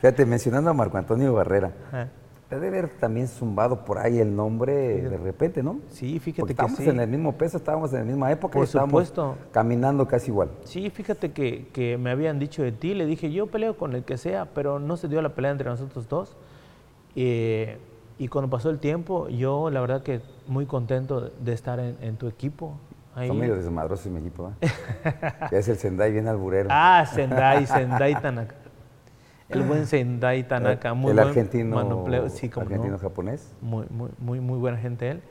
S1: Fíjate, mencionando a Marco Antonio Barrera,
S2: Ah.
S1: te debe haber también zumbado por ahí el nombre de repente, ¿no?
S2: Sí, fíjate
S1: Porque
S2: que
S1: estábamos
S2: sí.
S1: en el mismo peso, estábamos en la misma época,
S2: Por
S1: y estábamos
S2: supuesto.
S1: caminando casi igual.
S2: Sí, fíjate que, que me habían dicho de ti, le dije, yo peleo con el que sea, pero no se dio la pelea entre nosotros dos. Eh, y cuando pasó el tiempo, yo la verdad que muy contento de- de estar en, en tu equipo. ahí.
S1: Son medio desmadrosos en mi equipo, ¿verdad? ya es el Sendai bien alburero.
S2: Ah, Sendai, Sendai Tanaka. El buen Sendai Tanaka, muy
S1: el
S2: buen
S1: argentino,
S2: manopleo. Sí, cómo no.
S1: argentino japonés.
S2: Muy, muy, muy, muy buena gente él.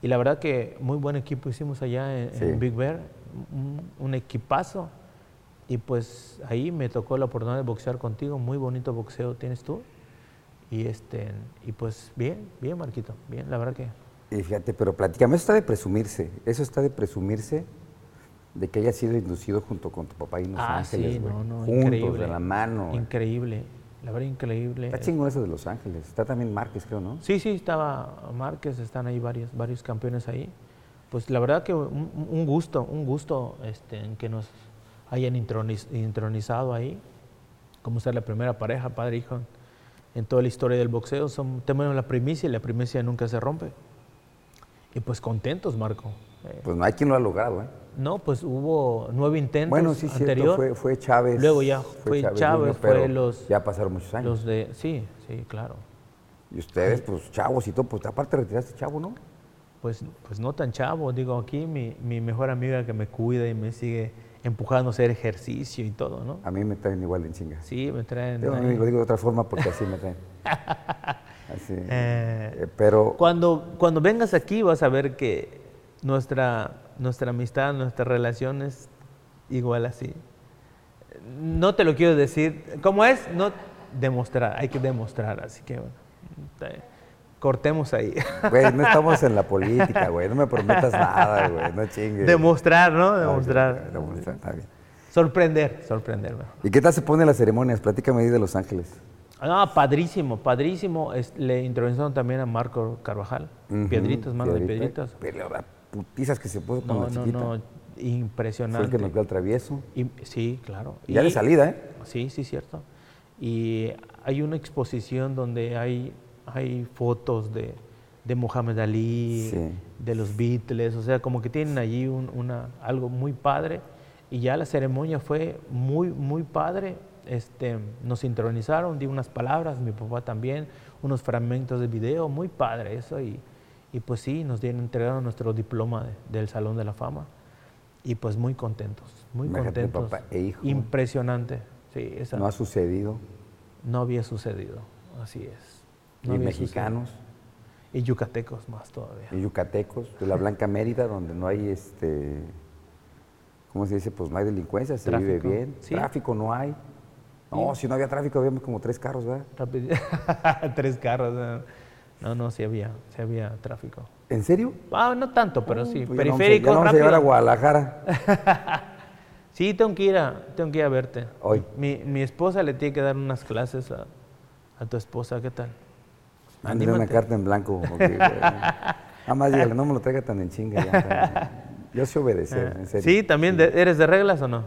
S2: Y la verdad que muy buen equipo hicimos allá en, en
S1: Sí.
S2: Big Bear, un, un equipazo. Y pues ahí me tocó la oportunidad de boxear contigo, muy bonito boxeo tienes tú. Y, este, y pues bien, bien Marquito, bien, la verdad que...
S1: Y fíjate, pero platícame, eso está de presumirse, eso está de presumirse de que haya sido inducido junto con tu papá y Los
S2: ah,
S1: Ángeles,
S2: sí,
S1: güey.
S2: no, no,
S1: juntos,
S2: increíble.
S1: de la mano. güey.
S2: Increíble, la verdad increíble.
S1: Está chingón eso de Los Ángeles, está también Márquez, creo, ¿no?
S2: Sí, sí, estaba Márquez, están ahí varios, varios campeones ahí. Pues la verdad que un, un gusto, un gusto este, en que nos hayan introniz- intronizado ahí, como ser la primera pareja, padre e hijo, en- en toda la historia del boxeo. Son, tenemos la primicia y la primicia nunca se rompe. Y pues contentos, Marco. Eh,
S1: Pues no hay quien lo ha logrado, ¿eh?
S2: no, pues hubo nueve intentos
S1: Bueno, sí,
S2: anterior.
S1: cierto, fue, fue Chávez.
S2: Luego ya fue
S1: Jr.,
S2: Chávez, fue
S1: pero
S2: los-
S1: Ya pasaron muchos años.
S2: Los de, sí, sí, claro.
S1: Y ustedes, pues chavos y todo, pues aparte retiraste chavo, ¿no?
S2: Pues, pues no tan chavo, digo, aquí mi, mi mejor amiga que me cuida y me sigue empujando a hacer ejercicio y todo, ¿no?
S1: A mí me traen igual en chingas.
S2: Sí, me traen...
S1: Yo no
S2: ahí.
S1: lo digo de otra forma porque así me traen. Así.
S2: Eh,
S1: Eh, pero
S2: cuando, cuando vengas aquí vas a ver que nuestra, nuestra amistad, nuestra relación es igual así. No te lo quiero decir, ¿cómo es? No demostrar, hay que demostrar, así que bueno, está bien. cortemos ahí.
S1: Güey, no estamos en la política, güey. No me prometas nada, güey. No chingues.
S2: demostrar, ¿no?
S1: Ah, ok,
S2: Demostrar.
S1: demostrar, está bien.
S2: Sorprender, sorprenderme.
S1: ¿Y qué tal se ponen las ceremonias? Platícame ahí de Los Ángeles.
S2: Ah, padrísimo, padrísimo. Es- le introdujeron también a Marco Carvajal. Piedritas, mano de piedritas.
S1: Pero las putizas que se puso con
S2: No,
S1: la
S2: no,
S1: chiquita.
S2: no.
S1: Fue el que
S2: Impresionante.
S1: nos dio al travieso.
S2: Y- sí, claro.
S1: Y ya de
S2: Y-
S1: salida, ¿eh?
S2: Sí, sí, cierto. Y hay una exposición donde hay hay fotos de, de Mohamed Ali,
S1: Sí.
S2: de los Beatles, o sea, como que tienen allí un- una, algo muy padre. Y ya la ceremonia fue muy, muy padre. Este, nos intronizaron, di unas palabras, mi papá también, unos fragmentos de video, muy padre eso. Y, y pues sí, nos dieron, entregaron nuestro diploma de- del Salón de la Fama. Y pues muy contentos, muy
S1: Imagínate,
S2: contentos.
S1: papá e hijo.
S2: Impresionante. Sí, esa
S1: No ha sucedido.
S2: no había sucedido. Así es. No
S1: y
S2: había
S1: mexicanos,
S2: sucedido. Y yucatecos más todavía.
S1: y yucatecos, de la Blanca Mérida, donde no hay este. ¿Cómo se dice? Pues no hay delincuencia, se vive
S2: Tráfico,
S1: bien.
S2: sí.
S1: Tráfico no hay. No, si no había tráfico, habíamos como tres carros, ¿verdad?
S2: Rápido. Tres carros. ¿no? No, no, sí había, sí había tráfico.
S1: ¿En serio?
S2: Ah, no tanto, pero sí.
S1: Pues ya no vamos a-
S2: Periférico,
S1: ya no vamos a
S2: rápido.
S1: llevar a Guadalajara.
S2: Sí, tengo que ir a, tengo que ir a verte.
S1: Hoy.
S2: Mi, mi esposa le tiene que dar unas clases a, a tu esposa. ¿Qué tal?
S1: Mándale una
S2: Anímate.
S1: carta en blanco. porque, güey, Nada más dígale, no me lo traiga tan en chinga. ya, cabrón. Yo sé obedecer, en serio.
S2: Sí, también. de- ¿Eres de reglas o no?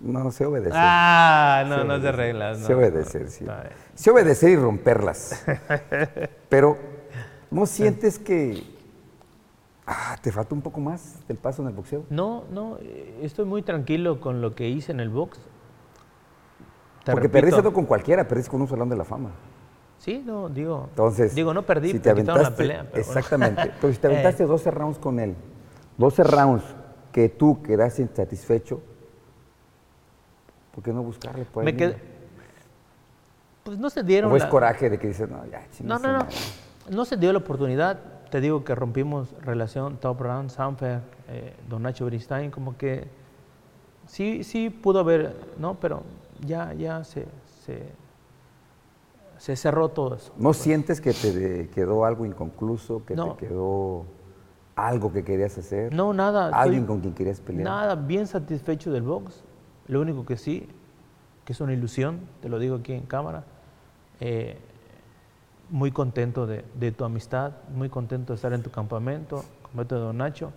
S1: No, sé obedecer.
S2: Ah, no, no es de
S1: obedecer.
S2: reglas. No,
S1: sé obedecer, sí.
S2: Está bien.
S1: Sé obedecer y romperlas. Pero, ¿no sientes que ah, te falta un poco más del paso en el boxeo?
S2: No, no, eh, estoy muy tranquilo con lo que hice en el box. Te
S1: Porque
S2: repito,
S1: perdiste no con cualquiera, perdiste con un salón de la fama.
S2: Sí, no, digo.
S1: Entonces,
S2: Digo, no perdí,
S1: si
S2: me
S1: te
S2: quitaron
S1: aventaste,
S2: la pelea. pero bueno.
S1: exactamente. Entonces, si te
S2: Eh,
S1: aventaste 12 rounds con él, 12 rounds que tú quedaste insatisfecho, ¿por qué no buscarle? Pues,
S2: me quedé- Pues no se dieron.
S1: ¿O es
S2: la-
S1: coraje de que dices, no, ya, chingue
S2: No,
S1: su
S2: no, no.
S1: madre"?
S2: No se dio la oportunidad. Te digo que rompimos relación Top Round, Sanfer, eh, Don Nacho Bristain, como que sí, sí pudo haber, ¿no? Pero ya, ya se, se, se cerró todo eso.
S1: ¿No sientes que te de- quedó algo inconcluso, que
S2: No.
S1: te quedó algo que querías hacer?
S2: No, nada. estoy-
S1: ¿Alguien con quien querías pelear?
S2: Nada, bien satisfecho del box. Lo único que sí, que es una ilusión, te lo digo aquí en cámara. eh, muy contento de, de tu amistad, muy contento de estar en tu campamento, campamento de Don Nacho.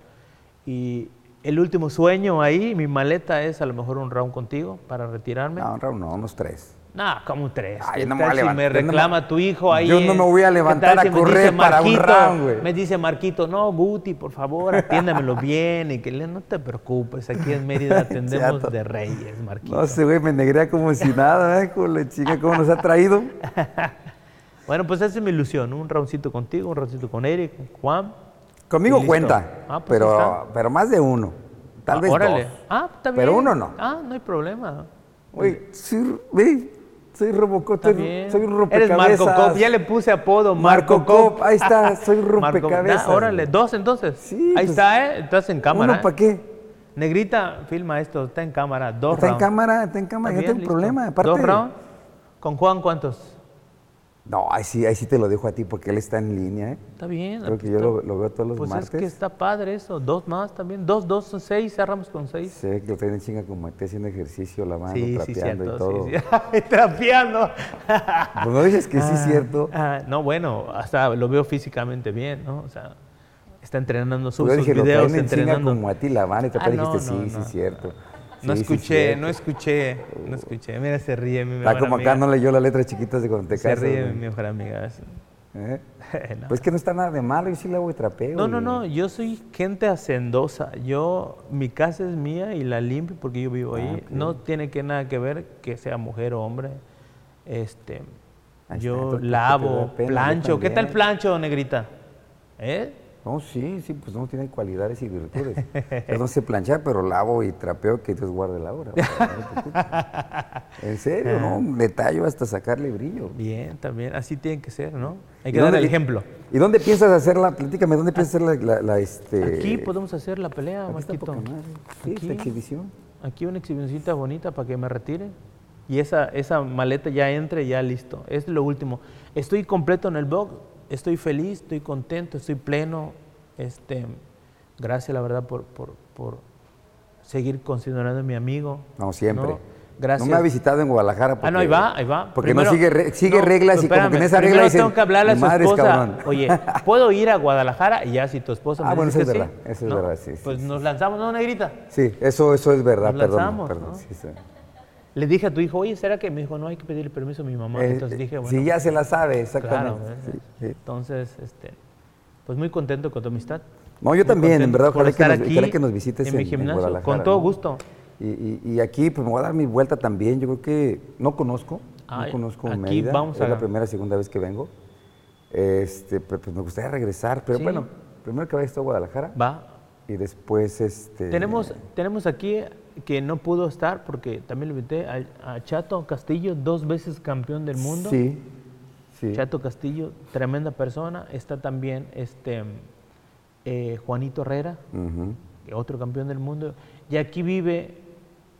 S2: Y el último sueño ahí, mi maleta es a lo mejor un round contigo para retirarme.
S1: No, Raúl, no, unos tres.
S2: No, como un tres.
S1: Ay,
S2: ¿Qué
S1: no me
S2: tal
S1: voy a
S2: si me
S1: levantar, yo no me-
S2: reclama tu hijo ahí.
S1: yo no me voy a
S2: ¿Qué tal
S1: levantar a
S2: si me dice
S1: correr para un
S2: Marquito?
S1: round, güey.
S2: Me dice Marquito, no, Guti, por favor, atiéndamelo bien. Y que le, no te preocupes, aquí en Mérida atendemos
S1: Chato.
S2: de reyes, Marquito.
S1: No sé, güey, me negría como si nada, ¿eh? Con la chica, ¿cómo nos ha traído?
S2: Bueno, pues esa es mi ilusión. Un roundcito contigo, un roundcito con Eric, con Juan.
S1: Conmigo
S2: Y listo.
S1: cuenta,
S2: Ah, pues ahí
S1: pero,
S2: está.
S1: pero más de uno. Tal
S2: Ah,
S1: vez
S2: órale.
S1: dos.
S2: Ah, está bien.
S1: Pero uno no.
S2: Ah, no hay problema.
S1: Güey, soy, güey, soy Robocop,
S2: Está
S1: soy,
S2: bien.
S1: soy un
S2: Eres
S1: rompecabezas.
S2: Marco Cop, ya le puse apodo
S1: Marco
S2: Marco,
S1: Cop,
S2: Cop.
S1: ahí está, soy un
S2: Marco-
S1: rompecabezas,
S2: Ah, órale,
S1: güey.
S2: dos entonces.
S1: Sí,
S2: ahí
S1: pues,
S2: está, ¿eh? Estás en cámara.
S1: ¿Uno
S2: ¿eh?
S1: para qué?
S2: Negrita, filma esto, está en cámara, dos
S1: Está en
S2: rounds.
S1: cámara, está en cámara, yo
S2: Está
S1: tengo
S2: bien,
S1: un
S2: listo.
S1: problema. Aparte,
S2: Dos rounds. ¿Con Juan cuántos?
S1: No, ahí sí, ahí sí te lo dejo a ti porque él está en línea, ¿eh?
S2: Está bien.
S1: Creo que
S2: pues
S1: yo
S2: está-
S1: lo, lo veo todos los
S2: Pues
S1: martes.
S2: es que está padre eso, dos más también, dos, dos son seis, cerramos con seis.
S1: Se ve que lo traen en chinga como esté haciendo ejercicio, lavando, Ah, trapeando y todo.
S2: sí, sí. Ay, trapeando.
S1: Pues no dices que sí es cierto.
S2: Ah, no, bueno, hasta lo veo físicamente bien, ¿no? O sea, está entrenando sus,
S1: Pues yo
S2: sus
S1: dije, lo
S2: videos,
S1: traen en chinga
S2: entrenando.
S1: como a ti lavando y
S2: Ah,
S1: trapeando.
S2: no,
S1: dijiste,
S2: no,
S1: sí, sí
S2: no,
S1: es cierto.
S2: No
S1: Sí, sí es
S2: escuché,
S1: cierto.
S2: no escuché, no escuché. Mira, se ríe mi
S1: Está
S2: mejor
S1: como acá
S2: amiga.
S1: no leyó las letras chiquitas de cuando te
S2: se
S1: casas.
S2: ríe
S1: güey.
S2: mi mejor amiga.
S1: ¿Eh?
S2: No.
S1: Pues que no está nada de malo, yo sí lavo y trapeo.
S2: No, no,
S1: güey.
S2: no, yo soy gente hacendosa. Yo, mi casa es mía y la limpio porque yo vivo
S1: Ah,
S2: ahí. No tiene que nada que ver que sea mujer o hombre. Este,
S1: Ahí está,
S2: yo
S1: entonces, ¿por qué te
S2: lavo,
S1: da pena? Yo
S2: plancho. ¿Qué tal
S1: también.
S2: plancho, negrita? ¿Eh?
S1: No, sí, sí, pues no tienen cualidades y virtudes. Yo no sé planchar, pero lavo y trapeo que Dios guarde la hora. güey, no te preocupes. en serio, ¿no?
S2: Ah.
S1: Detallo hasta sacarle brillo.
S2: Bien, también. Así tiene que ser, ¿no? Hay
S1: ¿Y
S2: que dar
S1: dónde
S2: el
S1: pi-
S2: ejemplo.
S1: ¿Y dónde piensas hacerla? Platícame, ¿dónde piensas hacer la, la- la, este...
S2: Aquí pues, podemos hacer la pelea,
S1: aquí está
S2: Marquito.
S1: poca madre. Sí, esta
S2: Aquí.
S1: exhibición.
S2: Aquí una exhibicioncita bonita para que me retire. Y esa, esa maleta ya entre, ya listo. Es lo último. Estoy completo en el blog. Estoy feliz, estoy contento, estoy pleno. Este, gracias, la verdad, por, por, por seguir considerando mi amigo.
S1: No, siempre.
S2: ¿no? Gracias.
S1: No me ha visitado en Guadalajara.
S2: Ah, no, ahí va, ahí va.
S1: Porque
S2: Primero-
S1: no sigue, re- sigue
S2: no,
S1: reglas y como que en
S2: espérame,
S1: esa regla
S2: primero
S1: dicen,
S2: tengo que hablarle a su
S1: "Madres,
S2: esposa.
S1: cabrón".
S2: Oye, ¿puedo ir a Guadalajara? Y ya si tu esposa me
S1: Ah, bueno,
S2: dice
S1: eso
S2: que
S1: es
S2: sí,
S1: verdad, eso es
S2: ¿no?
S1: verdad, sí, sí,
S2: Pues nos lanzamos, ¿no, Negrita?
S1: Sí, eso, eso es verdad,
S2: Nos
S1: perdón.
S2: lanzamos,
S1: perdón
S2: ¿no?
S1: sí, sí.
S2: Le dije a tu hijo, oye, ¿será que? Me dijo, no, hay que pedirle permiso a mi mamá.
S1: Eh,
S2: Entonces dije,
S1: eh,
S2: bueno.
S1: si ya se la sabe,
S2: Claro.
S1: exactamente.
S2: ¿eh?
S1: Sí, sí.
S2: Entonces, este, pues muy contento con tu amistad.
S1: No, yo
S2: Muy
S1: también, en
S2: contento
S1: verdad,
S2: por
S1: ojalá que,
S2: estar
S1: nos,
S2: aquí
S1: ojalá que nos visites en,
S2: mi
S1: en
S2: gimnasio.
S1: Guadalajara.
S2: Con todo
S1: ¿no?
S2: gusto.
S1: Y, y- y aquí pues me voy a dar mi vuelta también. Yo creo que no conozco,
S2: Ay,
S1: no conozco
S2: aquí
S1: Mérida.
S2: vamos
S1: es
S2: a-
S1: la primera y segunda vez que vengo. Este, pe- pues me gustaría regresar, pero
S2: Sí.
S1: bueno, primero que vaya esto a Guadalajara
S2: Va.
S1: y después este
S2: Tenemos, tenemos aquí que no pudo estar porque también lo invité a, a Chato Castillo, dos veces campeón del mundo.
S1: Sí. Sí.
S2: Chato Castillo, tremenda persona. Está también este, eh, Juanito Herrera,
S1: Ujú.
S2: otro campeón del mundo. Y aquí vive,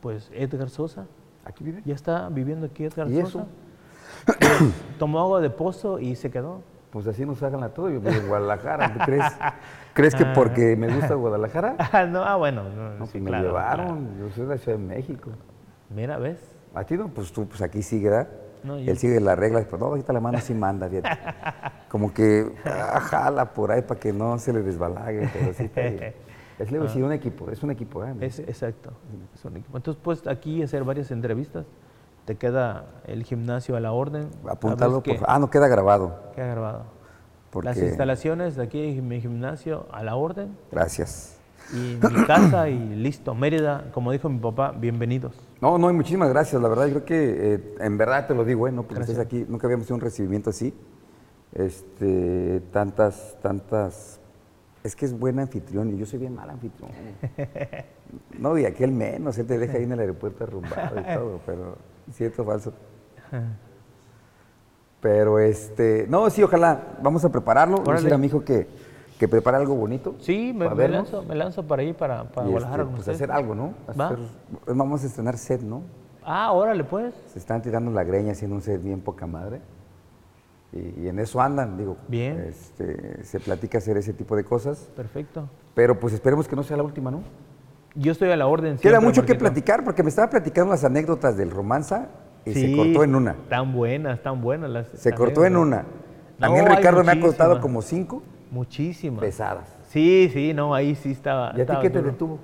S2: pues, Edgar Sosa.
S1: Aquí vive.
S2: Ya está viviendo aquí Edgar
S1: ¿Y
S2: Sosa.
S1: eso?
S2: Pues, tomó agua de pozo y se quedó.
S1: Pues así nos hagan la todo. Yo vivo en Guadalajara, ¿tú crees? ¿Crees que porque me gusta Guadalajara?
S2: Ah, no, ah, bueno. no,
S1: No,
S2: sí,
S1: pues me
S2: claro, claro.
S1: llevaron, yo soy de la Ciudad de México.
S2: Mira, ¿ves?
S1: A ti no, pues tú, pues aquí sigue, ¿verdad?
S2: No, yo-
S1: Él sigue las reglas, pero no, ahorita la mano sí manda, fíjate. Como que ah, jala por ahí para que no se le desbalague, pero sí está bien. Es le voy a decir, un equipo, es un equipo, ¿eh?
S2: Ah. Es, exacto. es un equipo. Entonces, pues, aquí hacer varias entrevistas. Te queda el gimnasio a la orden.
S1: Apúntalo,
S2: Sabes que-
S1: por favor. Ah, no queda grabado.
S2: Queda grabado. Las
S1: Porque-
S2: instalaciones de aquí, en mi gimnasio, a la orden.
S1: Gracias.
S2: Y mi casa y listo. Mérida, como dijo mi papá, bienvenidos.
S1: No, no, y muchísimas gracias. La verdad, yo creo que eh, en verdad te lo digo, ¿eh? No, porque estés aquí, nunca habíamos tenido un recibimiento así. Este, tantas, tantas. Es que es buen anfitrión y yo soy bien mal anfitrión. No, y aquel menos, él te deja ahí en el aeropuerto arrumbado y todo, pero cierto falso. Pero este, no, sí, ojalá, vamos a prepararlo. Voy a decir
S2: Órale.
S1: a mi hijo que, que prepare algo bonito.
S2: Sí, me,
S1: para
S2: me
S1: vernos
S2: lanzo, me lanzo para ahí, para, para
S1: y,
S2: Guadalajara
S1: este,
S2: con
S1: pues
S2: ustedes.
S1: hacer algo, ¿no?
S2: Va.
S1: Hacer- vamos a estrenar set, ¿no?
S2: Ah, órale, pues.
S1: Se están tirando la greña haciendo un set bien poca madre. Y, y en eso andan, digo.
S2: Bien.
S1: este, se platica hacer ese tipo de cosas.
S2: Perfecto.
S1: Pero pues esperemos que no sea la última, ¿no?
S2: Yo estoy a la orden.
S1: Queda
S2: siempre,
S1: mucho que
S2: Marquito.
S1: platicar porque me estaba platicando las anécdotas del romanza y se
S2: Sí,
S1: cortó en una.
S2: Tan buenas, tan buenas. Las,
S1: Se
S2: las
S1: cortó en
S2: anécdotas.
S1: una.
S2: No,
S1: A mí el
S2: hay
S1: Ricardo me ha costado
S2: muchísimas.
S1: como cinco
S2: Muchísimas.
S1: pesadas.
S2: Sí, sí, no, ahí sí estaba.
S1: ¿Y a ti
S2: estaba
S1: qué te
S2: duro.
S1: detuvo?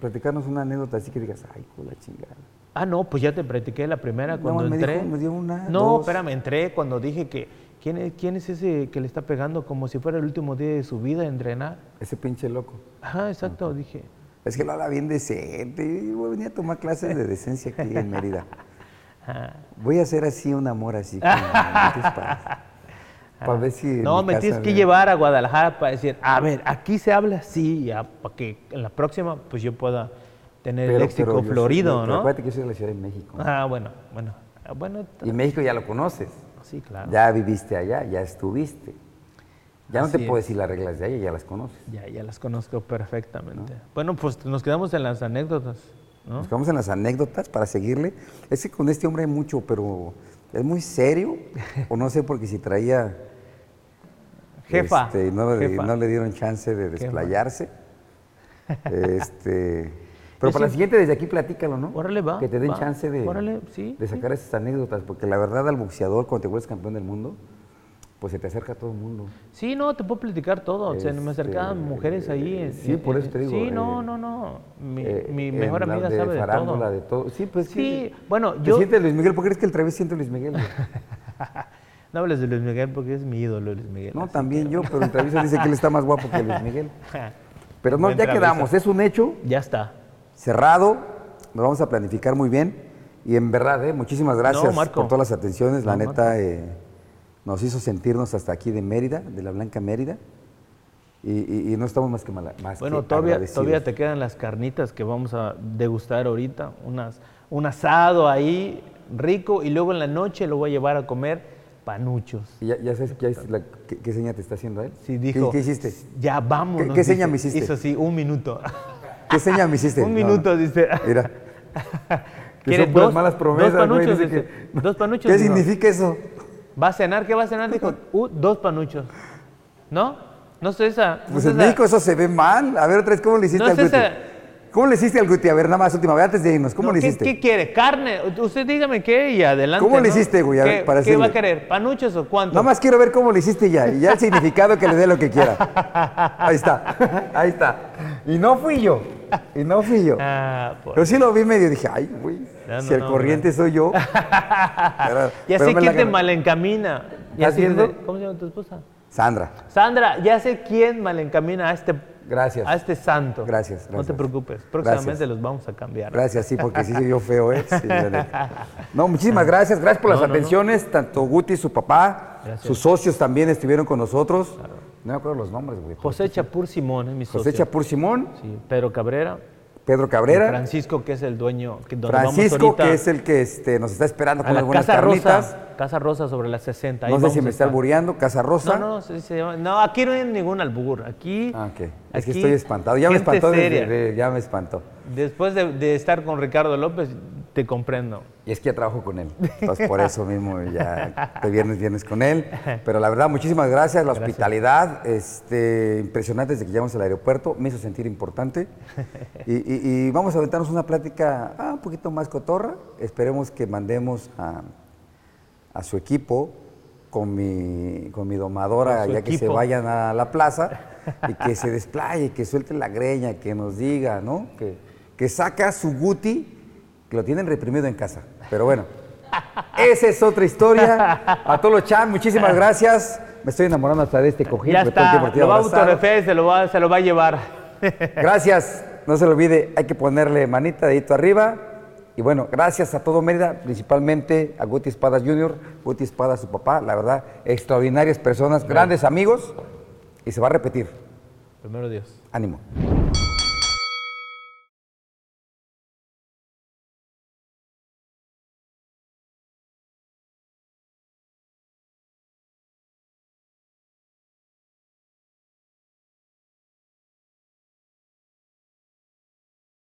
S1: Platicarnos una anécdota así que digas, ay, con la chingada.
S2: Ah, no, pues ya te practiqué la primera
S1: No,
S2: cuando
S1: me dijo-
S2: entré.
S1: me dio una,
S2: no,
S1: dos.
S2: espérame, entré cuando dije que. ¿quién es, ¿Quién es ese que le está pegando como si fuera el último día de su vida a entrenar?
S1: Ese pinche loco.
S2: Ajá, exacto, dije.
S1: Es que lo habla bien decente. y Yo venía a tomar clases de decencia aquí en Mérida.
S2: Ah.
S1: Voy a hacer así un amor así. Para ver si. en
S2: Ah. No,
S1: mi
S2: me
S1: casa
S2: tienes que
S1: me-
S2: llevar a Guadalajara para decir, a ver, aquí se habla así, ya, para que en la próxima pues yo pueda tener
S1: Pero-
S2: el léxico
S1: pero yo soy-
S2: florido,
S1: pero
S2: ¿no?
S1: Acuérdate que yo soy de la Ciudad de México.
S2: Ah, bueno, bueno, ah, bueno, t-
S1: Y México ya lo conoces.
S2: sí, claro.
S1: Ya viviste allá, ya estuviste. Ya no
S2: Así
S1: te puedo decir las reglas de allá, ya las conoces.
S2: Ya, ya las conozco perfectamente.
S1: Ah.
S2: Bueno, pues nos quedamos en las anécdotas, ¿no?
S1: Nos quedamos en las anécdotas para seguirle. Es que con este hombre hay mucho, pero es muy serio. o no sé, porque si traía.
S2: Jefa,
S1: este, y no, le-
S2: jefa.
S1: no le dieron chance de desplayarse. este. Pero
S2: Yo
S1: para la
S2: sí-
S1: siguiente, desde aquí platícalo, ¿no?
S2: Órale, va,
S1: Que te den
S2: va.
S1: chance de,
S2: Órale, sí,
S1: de
S2: sí.
S1: sacar esas anécdotas, porque la verdad, al boxeador, cuando te vuelves campeón del mundo, pues se te acerca a todo el mundo.
S2: Sí, no, te puedo platicar todo. Se me acercaban
S1: Este,
S2: mujeres ahí. en-
S1: sí, por eso te digo,
S2: Sí, no,
S1: eh,
S2: no, no. Mi,
S1: Eh,
S2: mi
S1: en
S2: mejor
S1: la
S2: amiga
S1: de
S2: sabe de
S1: farándula,
S2: todo.
S1: de todo. Sí, pues
S2: Sí, bueno,
S1: ¿Te
S2: yo-
S1: sientes Luis Miguel? ¿Por qué crees que el través siente Luis Miguel? güey?
S2: No hables de Luis Miguel porque es mi ídolo, Luis Miguel.
S1: No,
S2: así
S1: también yo, pero en Travieso dice que él está más guapo que Luis Miguel.
S2: que-
S1: Pero no,
S2: Buen
S1: ya
S2: Travieso.
S1: quedamos, es un hecho
S2: Ya está.
S1: cerrado, nos vamos a planificar muy bien y en verdad, eh, muchísimas gracias
S2: No, Marco.
S1: por todas las atenciones, la
S2: No,
S1: neta eh, nos hizo sentirnos hasta aquí de Mérida, de la Blanca Mérida y, y- y no estamos más que mala, más que
S2: Bueno, todavía,
S1: agradecidos.
S2: todavía te quedan las carnitas que vamos a degustar ahorita. Unas, un asado ahí rico y luego en la noche lo voy a llevar a comer panuchos.
S1: Y ya, ya sabes ya hiciste la- qué, qué seña te está haciendo él.
S2: Sí,
S1: ¿Qué-
S2: dijo,
S1: ¿Qué, hiciste?
S2: Ya vamos.
S1: ¿Qué- qué seña me hiciste?
S2: Hizo así, un minuto.
S1: ¿Qué seña me hiciste?
S2: un
S1: No,
S2: minuto,
S1: no.
S2: dice.
S1: Mira. Que
S2: ¿Quieres
S1: son puras
S2: dos?
S1: malas
S2: Dos
S1: promesas, güey,
S2: panuchos,
S1: dice
S2: dice. Dos panuchos,
S1: ¿Qué
S2: dijo.
S1: significa eso?
S2: ¿Va a cenar? ¿Qué va a cenar? Dijo, "Uh, dos panuchos. ¿No? No sé esa. no
S1: Pues
S2: sé
S1: en
S2: esa-
S1: México eso se ve mal. A ver, otra vez, ¿cómo le hiciste
S2: No
S1: al
S2: es
S1: Guti?
S2: esa-
S1: ¿Cómo le hiciste al Guti? A ver, nada más, última vez, antes de irnos, ¿cómo
S2: No,
S1: le
S2: ¿qué-
S1: hiciste?
S2: ¿Qué, quiere? ¿Carne? Usted dígame qué y adelante.
S1: ¿Cómo le
S2: ¿no?
S1: hiciste, güey? A ver,
S2: ¿Qué,
S1: para
S2: ¿Qué va a
S1: decirle.
S2: querer? ¿Panuchos o cuánto?
S1: Nada más quiero ver cómo le hiciste ya. Y ya el significado que le dé lo que quiera. Ahí está, ahí está. Y no fui yo. Y no fui yo.
S2: Ah, por-
S1: Pero sí lo vi medio y dije, ay, güey,
S2: No, no,
S1: si el
S2: no,
S1: corriente soy yo. Pero-
S2: ya
S1: pero
S2: sé
S1: me la
S2: quién te
S1: gané.
S2: malencamina. Ya
S1: ¿Estás
S2: sé quién
S1: viendo?
S2: te- ¿Cómo se llama tu esposa?
S1: Sandra,
S2: Sandra, ya sé quién malencamina a este,
S1: Gracias.
S2: A este santo.
S1: Gracias,
S2: No te
S1: gracias.
S2: preocupes. Próximamente
S1: Gracias.
S2: los vamos a cambiar.
S1: gracias, sí, porque sí se vio feo, ¿eh? Sí, la neta. no, muchísimas gracias. Gracias por las atenciones. Tanto Guti, su papá,
S2: Gracias.
S1: sus socios también estuvieron con nosotros. No me acuerdo los nombres, güey.
S2: José Chapur Simón es mi
S1: José
S2: socio.
S1: Chapur Simón,
S2: Sí, Pedro Cabrera.
S1: Pedro
S2: y
S1: Cabrera.
S2: Francisco, que es el dueño. Que donde vamos
S1: Francisco,
S2: ahorita
S1: que es el que este, nos está esperando
S2: a
S1: con
S2: la
S1: algunas
S2: Casa
S1: carnitas.
S2: Rosa. Casa Rosa sobre las 60. ahí
S1: No sé
S2: vamos
S1: si
S2: a
S1: me está
S2: estar.
S1: albureando, Casa Rosa.
S2: No, no, sí se llama- no, aquí no hay ningún albur. Aquí.
S1: Ah, ok. Es que
S2: aquí,
S1: estoy espantado. Ya me
S2: gente
S1: espantó, desde-
S2: seria.
S1: de- ya me espantó.
S2: Después de, de estar con Ricardo López, te comprendo.
S1: Y es que ya trabajo con él. Entonces, por eso mismo ya de viernes, viernes con él. Pero la verdad, muchísimas gracias. La hospitalidad, este, impresionante desde que llegamos al aeropuerto, me hizo sentir importante. Y, y- y vamos a aventarnos una plática ah, un poquito más cotorra. Esperemos que mandemos a, a su equipo con mi, con mi domadora,
S2: Con su
S1: ya que se
S2: equipo.
S1: vayan a la plaza y que se desplaye, que suelte la greña, que nos diga, ¿no? Que, que saca su guti, que lo tienen reprimido en casa. Pero bueno, esa es otra historia. A todos los chan, muchísimas gracias. Me estoy enamorando hasta de este cojín.
S2: ya
S1: porque todo el
S2: está.
S1: tiempo estoy
S2: Lo va a
S1: abrazado.
S2: autorefer, se lo va, se lo va a llevar.
S1: Gracias. No se lo olvide, hay que ponerle manita, dedito arriba. Y bueno, gracias a todo Mérida, principalmente a Guti Espada Jr., Guti Espada, su papá, la verdad, extraordinarias personas, grandes amigos. Y se va a repetir.
S2: Primero Dios.
S1: Ánimo.